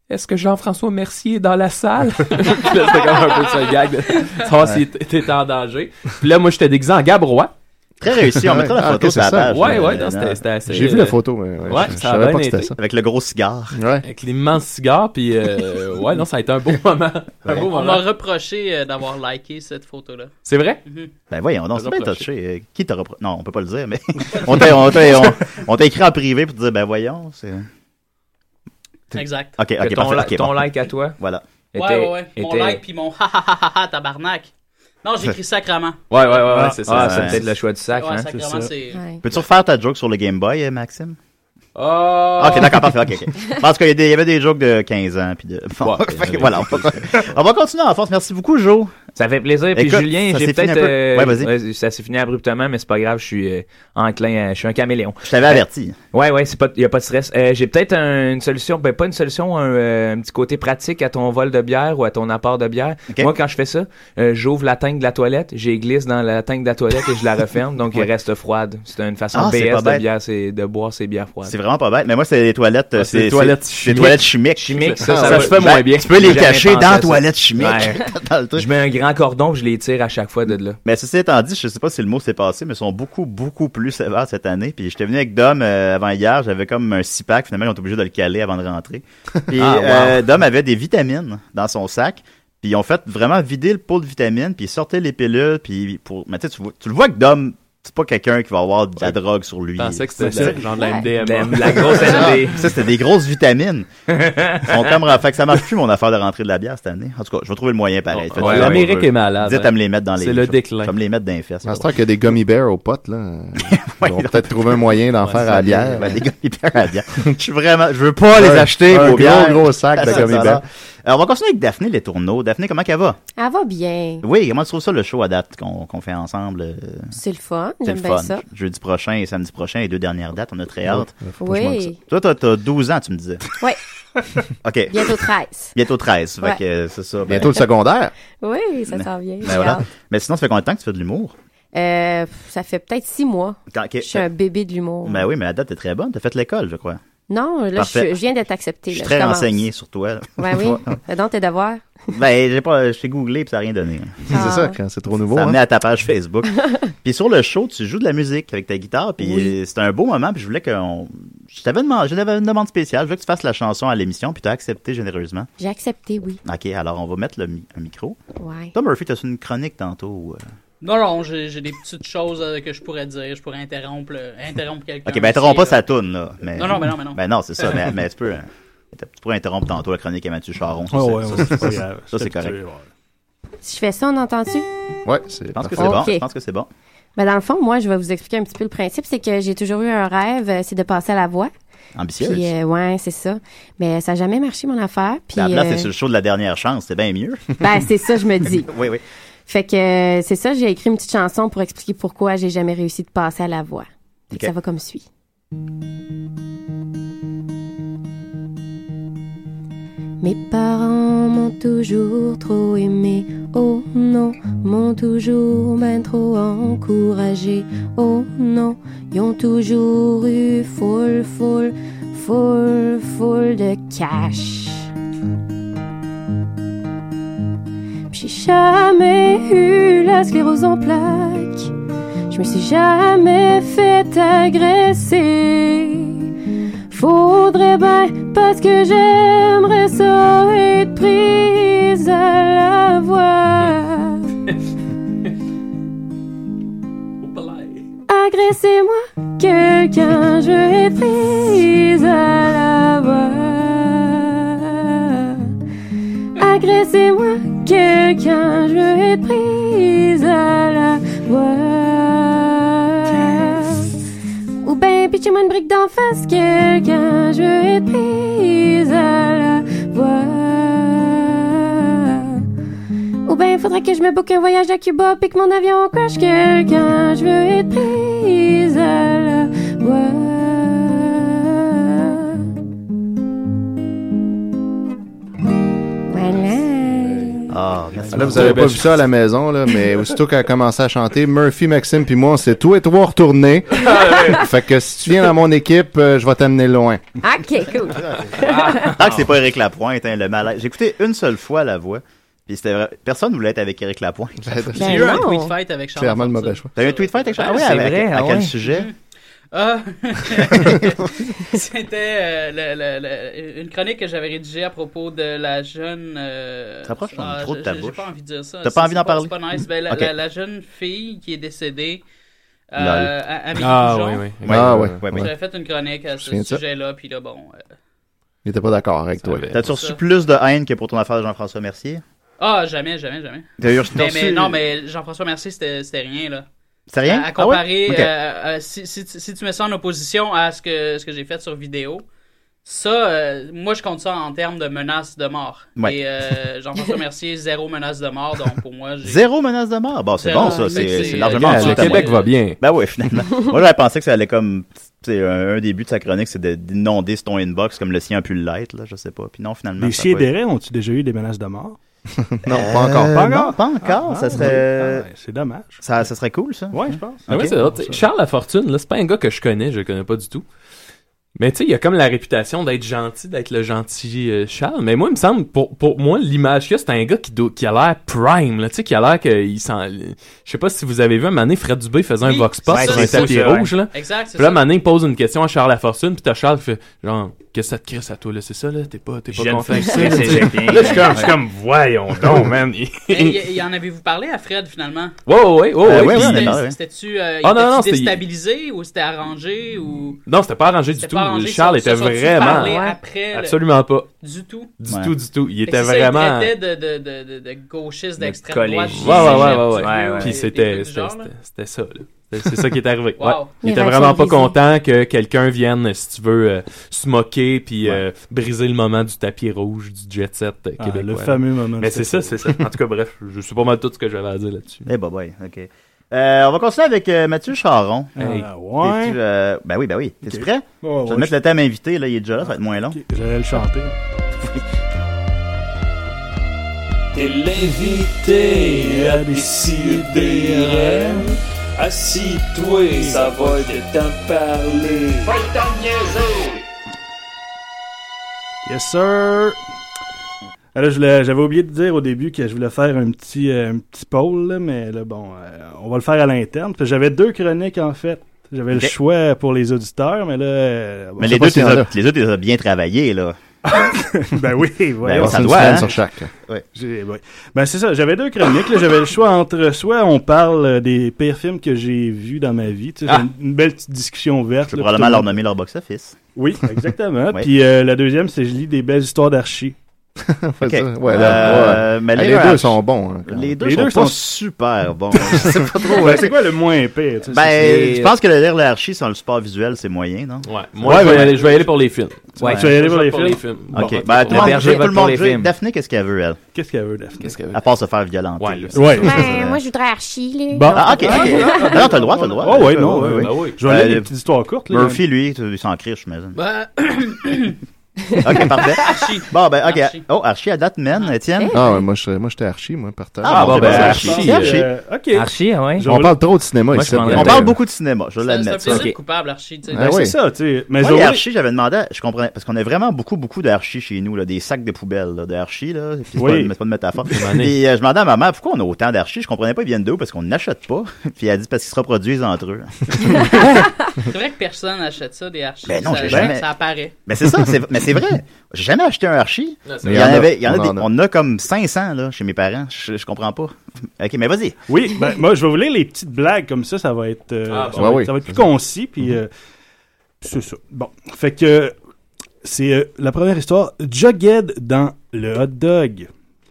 Speaker 7: Est-ce que Jean-François Mercier est dans la salle? Puis là, c'était comme un peu ça, le gag. de Savoir
Speaker 5: Ouais.
Speaker 7: si t- t'étais en danger. Puis là, moi, j'étais déguisé en Gabrois.
Speaker 5: Très réussi, on mettra la
Speaker 7: Ah,
Speaker 5: photo
Speaker 7: ok,
Speaker 5: sur la
Speaker 7: c'est ça.
Speaker 5: page.
Speaker 7: Ouais,
Speaker 5: euh,
Speaker 7: ouais, non,
Speaker 5: là.
Speaker 7: c'était- c'était assez, euh,
Speaker 6: J'ai vu la photo, mais ouais,
Speaker 7: ouais,
Speaker 6: je- je
Speaker 7: ça a
Speaker 6: savais
Speaker 7: bien
Speaker 6: pas que
Speaker 7: été.
Speaker 6: c'était ça.
Speaker 5: Avec le gros cigare.
Speaker 7: Avec l'immense cigare, puis euh, ouais, non, ça a été un beau moment. Un beau
Speaker 11: On
Speaker 7: moment.
Speaker 11: m'a reproché euh, d'avoir liké cette photo-là.
Speaker 7: C'est vrai?
Speaker 11: Mhm.
Speaker 5: Ben voyons, donc c'est bien
Speaker 7: Reproché.
Speaker 5: touché. Euh, Qui t'a repro... Non, on peut pas le dire, mais on t'a, on t'a- on- on t'a écrit en privé pour te dire, ben voyons, c'est...
Speaker 11: Exact.
Speaker 5: Ok, ok,
Speaker 10: Que ton,
Speaker 5: parfait,
Speaker 10: li-
Speaker 5: ok, bon.
Speaker 10: ton like à toi.
Speaker 5: Voilà.
Speaker 11: Ouais,
Speaker 10: était-
Speaker 11: ouais, ouais. Mon
Speaker 10: était-
Speaker 11: like puis mon ha ha ha ha tabarnak. Non, j'écris sacrement.
Speaker 10: Ouais, ouais, ouais, ouais, c'est
Speaker 5: Ah,
Speaker 10: ça. C'est
Speaker 5: ouais.
Speaker 10: peut-être le choix du sac.
Speaker 11: Ouais,
Speaker 10: hein.
Speaker 11: sacrément, c'est.
Speaker 5: Peux-tu refaire ta joke sur le Game Boy, euh, Maxime?
Speaker 7: Oh!
Speaker 11: Ah.
Speaker 5: Ah! Ok, d'accord, parfait, ok, ok. Parce qu'il y, a des- il y avait des jokes de 15 ans, puis de... Bon,
Speaker 10: Ouais,
Speaker 5: fait que
Speaker 10: ouais.
Speaker 5: voilà, on va, on va continuer en force. Merci beaucoup, Joe.
Speaker 10: Ça fait plaisir. Puis
Speaker 5: Écoute,
Speaker 10: Julien,
Speaker 5: ça
Speaker 10: j'ai
Speaker 5: s'est fini
Speaker 10: peut-être.
Speaker 5: un peu.
Speaker 10: euh,
Speaker 5: Ouais, vas-y.
Speaker 10: ça s'est fini abruptement, mais c'est pas grave. Je suis euh, enclin. à- je suis un caméléon.
Speaker 5: Je t'avais averti.
Speaker 10: Euh, ouais, ouais, c'est pas. Y a pas de stress. Euh, j'ai peut-être un- une solution. Ben pas une solution, un, euh, un petit côté pratique à ton vol de bière ou à ton apport de bière. Moi, quand je fais ça, euh, j'ouvre la tank de la toilette, j'ai glisse dans la tank de la toilette et je la referme, donc elle reste froide. C'est une façon
Speaker 5: Ah, c'est pas
Speaker 10: BS de
Speaker 5: bête.
Speaker 10: bière, c'est de boire ses bières froides.
Speaker 5: C'est vraiment pas bête, mais moi, c'est les toilettes... euh,
Speaker 10: Ah, c'est les toilettes chimiques.
Speaker 5: Des toilettes chimiques.
Speaker 10: Chimique, ça,
Speaker 5: Ah,
Speaker 10: ça,
Speaker 5: ouais.
Speaker 10: va-
Speaker 5: Ben, Tu peux
Speaker 10: J'ai
Speaker 5: les
Speaker 10: jamais
Speaker 5: cacher
Speaker 10: pensé
Speaker 5: dans
Speaker 10: à
Speaker 5: la
Speaker 10: ça.
Speaker 5: toilette chimique.
Speaker 10: Ouais.
Speaker 5: Dans le truc.
Speaker 10: Je mets un grand cordon, puis je les tire à chaque fois de là.
Speaker 5: Mais ceci étant dit, je sais pas si le mot s'est passé, mais ils sont beaucoup, beaucoup plus sévères cette année. Puis j'étais venu avec Dom euh, avant hier, j'avais comme un six pack, finalement, ils ont été obligés de le caler avant de rentrer. Puis
Speaker 10: Ah, wow.
Speaker 5: euh, Dom avait des vitamines dans son sac. Puis ils ont fait vraiment vider le pot de vitamines, puis ils sortaient les pilules, puis pour. Mais tu sais, tu vois- tu le vois que Dom, c'est pas quelqu'un qui va avoir de la drogue sur lui.
Speaker 7: Je pensais que c'était de la- genre de la MDMA.
Speaker 10: De la grosse MD.
Speaker 7: Ah.
Speaker 5: Ça, c'était des grosses vitamines. Ils sont comme- Fait que ça marche plus mon affaire de rentrer de la bière cette année. En tout cas, je vais trouver le moyen pareil. Faites-le
Speaker 7: Ouais,
Speaker 5: comme
Speaker 7: l'Amérique
Speaker 5: vous voulez.
Speaker 7: est malade,
Speaker 5: Dites
Speaker 7: hein.
Speaker 5: à me les mettre dans les.
Speaker 7: C'est le
Speaker 5: je-
Speaker 7: déclin.
Speaker 5: Je vais me les mettre dans les fesses.
Speaker 6: À ce temps qu'il y a des gummy bears aux potes, là, euh, ils vont peut-être trouver un moyen d'en faire à la bière.
Speaker 5: Ben, des gummy bears à la bière. Je suis vraiment, je veux pas les
Speaker 6: Un-
Speaker 5: acheter
Speaker 6: un
Speaker 5: pour
Speaker 6: gros,
Speaker 5: bière.
Speaker 6: gros sac de
Speaker 5: Ça,
Speaker 6: gummy
Speaker 5: ça, ça.
Speaker 6: bears.
Speaker 5: Alors, Euh, on va continuer avec Daphné Les Tourneaux. Daphné, comment qu'elle va?
Speaker 12: Ah. Elle va bien.
Speaker 5: Oui, comment tu trouves ça le show à date qu'on qu'on fait ensemble? euh,
Speaker 12: C'est le fun.
Speaker 5: c'est le
Speaker 12: J'aime bien
Speaker 5: fun.
Speaker 12: ça.
Speaker 5: Jeudi prochain et samedi prochain, les deux dernières dates, on a très hâte.
Speaker 12: Oui.
Speaker 5: Toi, t'as t'as 12 ans, tu me disais.
Speaker 12: Oui.
Speaker 5: OK.
Speaker 12: Bientôt 13.
Speaker 5: Bientôt 13. Fait
Speaker 12: Ouais.
Speaker 5: que, euh, c'est ça. ben-
Speaker 6: Bientôt le secondaire.
Speaker 12: Oui, ça s'en vient.
Speaker 5: Ben
Speaker 12: J'ai
Speaker 5: voilà.
Speaker 12: hâte.
Speaker 5: Mais sinon, ça fait combien de temps que tu fais de l'humour?
Speaker 12: Euh, pff, ça fait peut-être six mois.
Speaker 5: Quand-
Speaker 12: Je suis un bébé de l'humour.
Speaker 5: Ben oui, mais la date est très bonne. T'as fait l'école, je crois.
Speaker 12: Non, là, je,
Speaker 5: Parfait.
Speaker 12: suis- je viens d'être acceptée.
Speaker 5: Je suis
Speaker 12: là,
Speaker 5: très
Speaker 12: commence.
Speaker 5: renseigné sur toi.
Speaker 12: Ouais, oui. Fais donc tes devoirs.
Speaker 5: Ben, j'ai pas, j'ai googlé puis ça n'a rien donné. hein.
Speaker 6: C'est
Speaker 12: Ah.
Speaker 6: ça, quand c'est trop nouveau.
Speaker 5: Ça
Speaker 6: hein.
Speaker 5: amené à ta page Facebook. puis sur le show, tu joues de la musique avec ta guitare, puis
Speaker 6: Oui.
Speaker 5: euh, c'est un beau moment, puis je voulais qu'on Je t'avais demandé, je t'avais une demande spéciale. Je veux que tu fasses la chanson à l'émission, puis tu as accepté généreusement.
Speaker 12: J'ai accepté, oui.
Speaker 5: OK, alors on va mettre le mi- un micro.
Speaker 12: Ouais.
Speaker 5: Tom Murphy, tu as une chronique tantôt. euh.
Speaker 11: Non, non, j'ai j'ai des petites choses euh, que je pourrais dire. Je pourrais interrompre, euh, interrompre quelqu'un.
Speaker 5: OK, ben interromps pas
Speaker 11: ça
Speaker 5: sa toune, là. Mais...
Speaker 11: euh, Non, non, mais non, mais non.
Speaker 5: Ben non, c'est ça, mais, mais tu peux... euh, Tu pourrais interrompre tantôt la chronique à Mathieu Charon. Ça,
Speaker 9: Ouais,
Speaker 6: Oh,
Speaker 5: c'est-
Speaker 9: ouais,
Speaker 5: ça,
Speaker 9: ouais,
Speaker 5: c'est-
Speaker 9: c'est pas
Speaker 5: ça,
Speaker 9: grave.
Speaker 5: ça,
Speaker 9: Je
Speaker 5: c'est
Speaker 9: suis
Speaker 5: correct.
Speaker 9: habitué,
Speaker 12: Si je fais ça, on entend-tu?
Speaker 5: Ouais, c'est Je pense que c'est
Speaker 12: parfait.
Speaker 5: bon.
Speaker 12: Ok.
Speaker 5: Je pense que c'est bon.
Speaker 12: Ben, dans le fond, moi, je vais vous expliquer un petit peu le principe. C'est que j'ai toujours eu un rêve, euh, c'est de passer à la voix.
Speaker 5: Ambitieuse.
Speaker 12: Puis, euh, ouais, c'est ça. Mais ça n'a jamais marché, mon affaire. Puis,
Speaker 5: Ben, là,
Speaker 12: euh,
Speaker 5: c'est sur le show de la dernière chance, c'est bien mieux.
Speaker 12: Ben, c'est ça, je me dis.
Speaker 5: oui, oui.
Speaker 12: Fait que euh, c'est ça, j'ai écrit une petite chanson pour expliquer pourquoi j'ai jamais réussi de passer à la voix. Fait que
Speaker 5: Ok.
Speaker 12: Ça va comme suit. Mes parents m'ont toujours trop aimé. Oh non, m'ont toujours ben trop encouragé. Oh non, ils ont toujours eu full, full, full, full de cash. Puis J'ai jamais eu la sclérose en plaques. Je me suis jamais fait agresser. Faudrait bien parce que j'aimerais ça être prise à la voix. Agressez-moi, quelqu'un, je veux être prise à la voix. Agressez-moi, quelqu'un, je veux être prise à la voix. Ou ben, pitchez-moi une brique d'en face, quelqu'un, je veux être prise à la voix. Ou ben, faudrait que je me book un voyage à Cuba puis que mon avion crash quelqu'un. Je veux être prise à la voix. Voilà.
Speaker 5: Ah, merci
Speaker 6: Là, vous
Speaker 5: beaucoup.
Speaker 6: avez pas vu ça à la maison, là, mais aussitôt qu'elle a commencé à chanter, Murphy, Maxime, puis moi, on s'est tous et trois retournés.
Speaker 9: Ah,
Speaker 6: fait que si tu viens dans mon équipe, euh, je vais t'amener loin.
Speaker 12: OK, cool. Ah,
Speaker 5: Tant que Ah, c'est pas Eric Lapointe, hein, le malaise. J'ai écouté une seule fois la voix. Puis c'était vrai- Personne voulait être avec Eric Lapointe.
Speaker 12: Ben,
Speaker 11: J'ai Ben, eu un tweet fight avec Charles.
Speaker 5: le mauvais choix. T'as eu un tweet fight avec Charles? Ah, oui,
Speaker 11: Ah, c'est
Speaker 5: avec,
Speaker 11: vrai,
Speaker 5: à
Speaker 11: ah
Speaker 5: quel
Speaker 11: ouais.
Speaker 5: sujet?
Speaker 11: Ah! C'était euh, le- le- le- une chronique que j'avais rédigée à propos de la jeune. euh,
Speaker 5: Ça approche ton
Speaker 11: ah,
Speaker 5: micro de
Speaker 11: j'ai-
Speaker 5: ta
Speaker 11: j'ai
Speaker 5: bouche.
Speaker 11: pas envie de dire ça.
Speaker 5: T'as pas
Speaker 11: C'est-
Speaker 5: envie d'en
Speaker 11: c'est
Speaker 5: parler?
Speaker 11: C'est pas nice. Ben, la,
Speaker 5: Ok.
Speaker 11: la- la jeune fille qui est décédée. euh,
Speaker 5: Lol.
Speaker 11: à- à Mickey
Speaker 5: Ah,
Speaker 11: Dijon.
Speaker 5: oui, oui. Ouais, Ah, ouais, ouais, ouais.
Speaker 11: J'avais fait une chronique à
Speaker 5: Je me
Speaker 11: ce
Speaker 5: souviens de ça.
Speaker 11: sujet-là, puis là, bon. euh,
Speaker 6: Il était pas d'accord avec toi.
Speaker 5: T'as-tu reçu plus de haine que pour ton affaire de Jean-François Mercier?
Speaker 11: Ah, jamais, jamais, jamais.
Speaker 5: D'ailleurs, je t'ai
Speaker 11: mais,
Speaker 5: reçu-
Speaker 11: mais non, mais Jean-François Mercier, c'était c'était rien, là.
Speaker 5: C'était rien?
Speaker 11: À, à
Speaker 5: Ah ouais?
Speaker 11: comparer,
Speaker 5: Ok.
Speaker 11: euh, à- si, si, tu- si tu mets ça en opposition à ce que, ce que j'ai fait sur vidéo, ça, euh, moi, je compte ça en termes de menace de mort.
Speaker 5: Ouais.
Speaker 11: Et euh, Jean-François Mercier, zéro menace de mort, donc pour moi, j'ai...
Speaker 5: Zéro menace de mort. Bon, c'est
Speaker 11: Zéro.
Speaker 5: bon, ça.
Speaker 11: Fait que
Speaker 5: C'est
Speaker 11: c'est-
Speaker 5: c'est largement
Speaker 11: Le
Speaker 5: en dessous de ta
Speaker 11: Québec
Speaker 5: moyenne.
Speaker 11: va bien.
Speaker 5: Ben oui, finalement. Moi, j'avais pensé que ça allait comme. tu sais, Un, un début de sa chronique, c'est de- d'inonder ton inbox comme le sien a pu l'être, là, je sais pas. Puis non, finalement.
Speaker 9: Les
Speaker 5: ça a
Speaker 9: chiens
Speaker 5: pas été-
Speaker 9: d'Héret ont-tu déjà eu des menaces de mort? non,
Speaker 5: Euh,
Speaker 9: pas encore. Pas
Speaker 5: Non,
Speaker 9: encore?
Speaker 5: pas encore.
Speaker 9: Ah,
Speaker 5: ça
Speaker 9: ah,
Speaker 5: serait.
Speaker 9: ouais, c'est dommage.
Speaker 5: Ça, ça serait cool, ça.
Speaker 9: Ouais, je pense.
Speaker 7: Ah ouais, c'est drôle, t'sais, Charles Lafortune, là, c'est pas un gars que je connais, je le connais pas du tout. Mais tu sais, il a comme la réputation d'être gentil, d'être le gentil euh, Charles. Mais moi, il me semble, pour, pour moi, l'image qu'il y a, c'est un gars qui, do- qui a l'air prime, là, tu sais, qui a l'air qu'il s'en... Je sais pas si vous avez vu, un moment donné, Fred Dubé faisait un
Speaker 11: Oui,
Speaker 7: vox
Speaker 11: c'est
Speaker 7: pop
Speaker 11: ça,
Speaker 7: sur un
Speaker 11: c'est
Speaker 7: tapis
Speaker 11: ça,
Speaker 7: rouge,
Speaker 11: ouais.
Speaker 7: là.
Speaker 11: Exact, c'est
Speaker 7: Puis là, un
Speaker 11: ça.
Speaker 7: moment donné, il pose une question à Charles Lafortune, puis t'as Charles qui fait, genre, qu'est-ce que ça te crisse à toi, là, c'est ça, là, t'es pas, t'es
Speaker 14: Je
Speaker 7: pas
Speaker 14: viens de
Speaker 7: content.
Speaker 14: faire
Speaker 7: avec ça,
Speaker 14: crisser,
Speaker 7: là, tu sais.
Speaker 14: j'ai bien.
Speaker 7: Là, je suis comme, je suis comme,
Speaker 14: Voyons donc, man.
Speaker 11: Mais y, y en avez-vous parlé à Fred, finalement?
Speaker 7: Oh, Ouais, ouais, ouais, ouais,
Speaker 11: Euh,
Speaker 7: ouais, ouais,
Speaker 11: puis
Speaker 7: on
Speaker 11: c'était-
Speaker 7: en a parlé.
Speaker 11: C'était-tu euh,
Speaker 7: Ah, non, non,
Speaker 11: était-tu
Speaker 7: c'était-
Speaker 11: déstabilisé ou c'était arrangé ou...
Speaker 7: Non, c'était pas arrangé du
Speaker 11: C'était
Speaker 7: tout.
Speaker 11: pas arrangé,
Speaker 7: Charles
Speaker 11: ils se
Speaker 7: était
Speaker 11: sont-ils
Speaker 7: vraiment.
Speaker 11: parlé après le-
Speaker 7: Absolument pas.
Speaker 11: Du tout?
Speaker 7: Du
Speaker 11: Ouais.
Speaker 7: tout, du tout. Il
Speaker 11: Fait que
Speaker 7: était
Speaker 11: c'est ça,
Speaker 7: vraiment.
Speaker 11: Il traitait de, de, de, de gauchiste d'extrême
Speaker 7: collé. Ouais,
Speaker 11: droite.
Speaker 7: ouais, ouais, ouais, ouais.
Speaker 11: Ouais, ouais.
Speaker 7: Puis
Speaker 11: Des- des
Speaker 7: c'était,
Speaker 11: trucs du genre,
Speaker 7: c'était-
Speaker 11: là.
Speaker 7: c'était ça, là. C'est c'est ça qui est arrivé.
Speaker 11: Wow.
Speaker 7: Ouais. Il
Speaker 11: Les
Speaker 7: était
Speaker 11: réactions
Speaker 7: vraiment pas
Speaker 11: brisées.
Speaker 7: content que quelqu'un vienne, si tu veux, euh, se moquer puis euh, briser le moment du tapis rouge du jet set euh,
Speaker 9: Ah,
Speaker 7: québécois.
Speaker 9: le fameux moment
Speaker 7: Mais
Speaker 9: du
Speaker 7: c'est
Speaker 9: tapis
Speaker 7: ça, c'est ça. En tout cas, bref, je sais pas mal tout ce que j'avais à dire là-dessus.
Speaker 5: Eh, bah, ouais, ok. Euh, on va continuer avec euh, Mathieu Charon.
Speaker 9: Hey. Ah, ouais.
Speaker 5: T'es-tu, euh, ben oui, ben oui. T'es-tu prêt?
Speaker 9: Ouais, ouais,
Speaker 5: je vais te
Speaker 9: ouais,
Speaker 5: mettre le thème invité, là, il est déjà là, ça va être moins long.
Speaker 9: J'allais le chanter.
Speaker 4: T'es l'invité à décider. Assis-toi, ça va de t'en parler. Va t'en niaiser!
Speaker 9: Yes, sir! Alors, je voulais- j'avais oublié de dire au début que je voulais faire un petit, euh, un petit poll, là, mais là, bon, euh, on va le faire à l'interne. Parce que J'avais deux chroniques, en fait. J'avais le
Speaker 5: Ok.
Speaker 9: choix pour les auditeurs, mais là. euh, bon, je
Speaker 5: Mais
Speaker 9: sais
Speaker 5: les
Speaker 9: pas
Speaker 5: deux,
Speaker 9: s'il
Speaker 5: tu
Speaker 9: y en
Speaker 5: les
Speaker 9: a.
Speaker 5: as- les deux, tu les as bien travaillés, là.
Speaker 9: ben oui, voilà.
Speaker 5: Ben, ça doit, hein.
Speaker 9: J'ai- ouais. Ben c'est ça, j'avais deux chroniques. là. J'avais le choix entre soit on parle euh, des pires films que j'ai vus dans ma vie, tu sais,
Speaker 5: Ah.
Speaker 9: une, une belle petite discussion ouverte.
Speaker 5: Tu
Speaker 9: là,
Speaker 5: peux
Speaker 9: puis
Speaker 5: probablement
Speaker 9: tout
Speaker 5: leur
Speaker 9: le monde-
Speaker 5: nommer leur box-office.
Speaker 9: Oui, exactement.
Speaker 5: Ouais.
Speaker 9: Puis euh, la deuxième, c'est je lis des belles histoires d'archi.
Speaker 5: Ok. Euh,
Speaker 6: Ouais, là, ouais.
Speaker 5: mais
Speaker 6: Ah,
Speaker 5: les,
Speaker 6: les
Speaker 5: Rush,
Speaker 6: deux sont bons, hein, quand
Speaker 5: les deux
Speaker 9: Les
Speaker 5: sont
Speaker 9: deux
Speaker 5: pas
Speaker 9: sont-
Speaker 5: super bons. Je sais pas trop.
Speaker 9: Ben, c'est quoi le moins épais? tu sais, c'est-
Speaker 5: Ben, je pense que le lire l'archi sans le support visuel, c'est moyen, non?
Speaker 9: Ouais. Moi, je vais y aller- je vais y aller pour les films.
Speaker 5: Ouais.
Speaker 9: Tu vas y aller pour les films?
Speaker 5: Ok.
Speaker 9: Bon.
Speaker 5: Ben,
Speaker 9: Le
Speaker 5: tout le monde
Speaker 9: berger
Speaker 5: veut- tout
Speaker 9: vote
Speaker 5: le
Speaker 9: pour
Speaker 5: monde
Speaker 9: les
Speaker 5: veut.
Speaker 9: films.
Speaker 5: Daphné, qu'est-ce qu'elle veut, elle?
Speaker 9: Qu'est-ce qu'elle veut, Daphné? Qu'est-ce qu'elle veut?
Speaker 5: À part se faire violenter. là, c'est
Speaker 9: Ouais.
Speaker 5: ça.
Speaker 14: Ben, moi, je voudrais Archie, là.
Speaker 5: Bon, ah, ok, ok. non, t'as le droit, t'as le droit.
Speaker 9: Ah ouais,
Speaker 5: Euh,
Speaker 9: non, ouais, ouais. Je vais aller des petites histoires courtes, là.
Speaker 5: Murphy, lui, tu- il s'en crie, je m'imagine.
Speaker 14: Ben,
Speaker 5: Ok, parfait.
Speaker 14: Archie.
Speaker 5: Bon, ben, ok. Oh, Archie à date, man, Étienne.
Speaker 6: Ah ouais, moi je serais- moi, j'étais archi, moi, par terre.
Speaker 5: Ah, bon, ben,
Speaker 6: Archie,
Speaker 5: Archie,
Speaker 6: Archie.
Speaker 5: euh, ok. Archie, ouais.
Speaker 6: On parle trop de cinéma
Speaker 5: Moi,
Speaker 6: ici.
Speaker 5: je prendrais- On parle beaucoup de cinéma, je
Speaker 11: C'est-
Speaker 5: l'admets.
Speaker 11: c'est un plaisir
Speaker 5: Ok.
Speaker 11: coupable, Archie, tu sais.
Speaker 5: Ben
Speaker 11: C'est
Speaker 5: oui.
Speaker 11: ça, tu sais, mais
Speaker 5: Moi,
Speaker 11: j'aurais-
Speaker 5: les archis, j'avais demandé, à- je comprenais, parce qu'on a vraiment beaucoup, beaucoup d'archis chez nous, là, des sacs de poubelle, là, d'archis, là. puis C'est
Speaker 9: Oui.
Speaker 5: pas, une- c'est pas de métaphore.
Speaker 9: donné.
Speaker 5: Puis euh, je demandais à ma mère, pourquoi on a autant d'archis? Je comprenais pas, ils viennent d'où, parce qu'on n'achète pas. Puis elle a dit, parce qu'ils se reproduisent entre eux.
Speaker 11: C'est vrai que personne n'achète ça, des archives.
Speaker 5: Ben non,
Speaker 11: ça,
Speaker 5: j'ai jamais-
Speaker 11: ça apparaît.
Speaker 5: Mais c'est ça, c'est, mais c'est vrai. J'ai jamais acheté un Archie.
Speaker 11: Non, c'est
Speaker 5: il y en
Speaker 11: vrai.
Speaker 5: avait, il y en a
Speaker 11: On
Speaker 5: des-
Speaker 11: en a.
Speaker 5: on en a comme 500 là, chez mes parents. Je, je comprends pas. Ok, mais vas-y.
Speaker 9: Oui, ben, moi, je vais vous lire les petites blagues comme ça, ça va être, euh,
Speaker 5: Ah,
Speaker 9: ça,
Speaker 5: bon.
Speaker 9: va
Speaker 5: Ouais,
Speaker 9: être- ça va
Speaker 5: oui.
Speaker 9: être plus concis, puis euh, c'est ça. Bon, fait que c'est euh, la première histoire, Jughead dans le hot dog.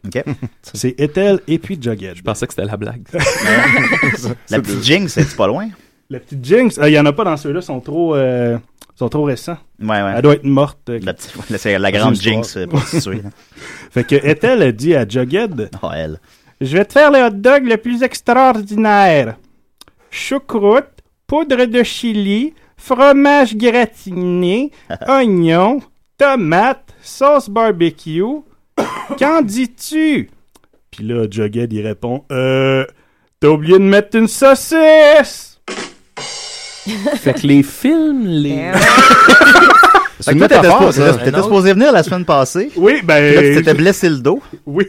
Speaker 5: Ok.
Speaker 9: C'est Ethel et puis Jughead. Je pensais que c'était la blague.
Speaker 5: La petite jinx, c'est pas loin.
Speaker 9: La petite Jinx, euh, il y en a pas dans ceux-là, sont trop, euh, sont trop récents.
Speaker 5: Ouais, ouais.
Speaker 9: Elle doit être morte. euh,
Speaker 5: La, petite- la- c'est la grande
Speaker 9: C'est une
Speaker 5: jinx
Speaker 9: histoire.
Speaker 5: euh, prostituée. là.
Speaker 9: fait que Ethel a dit à Jughead.
Speaker 5: Oh, elle.
Speaker 9: Je vais te faire le hot dog le plus extraordinaire. Choucroute, poudre de chili, fromage gratiné, oignon, tomate, sauce barbecue. Qu'en dis-tu? Puis là, Jughead, il répond Euh, t'as oublié de mettre une saucisse!
Speaker 7: Fait que les films, les.
Speaker 5: Fait que toi, t'étais supposé- T'étais supposé venir la semaine passée.
Speaker 9: Oui, ben.
Speaker 5: Là, tu t'étais blessé le dos.
Speaker 9: Oui,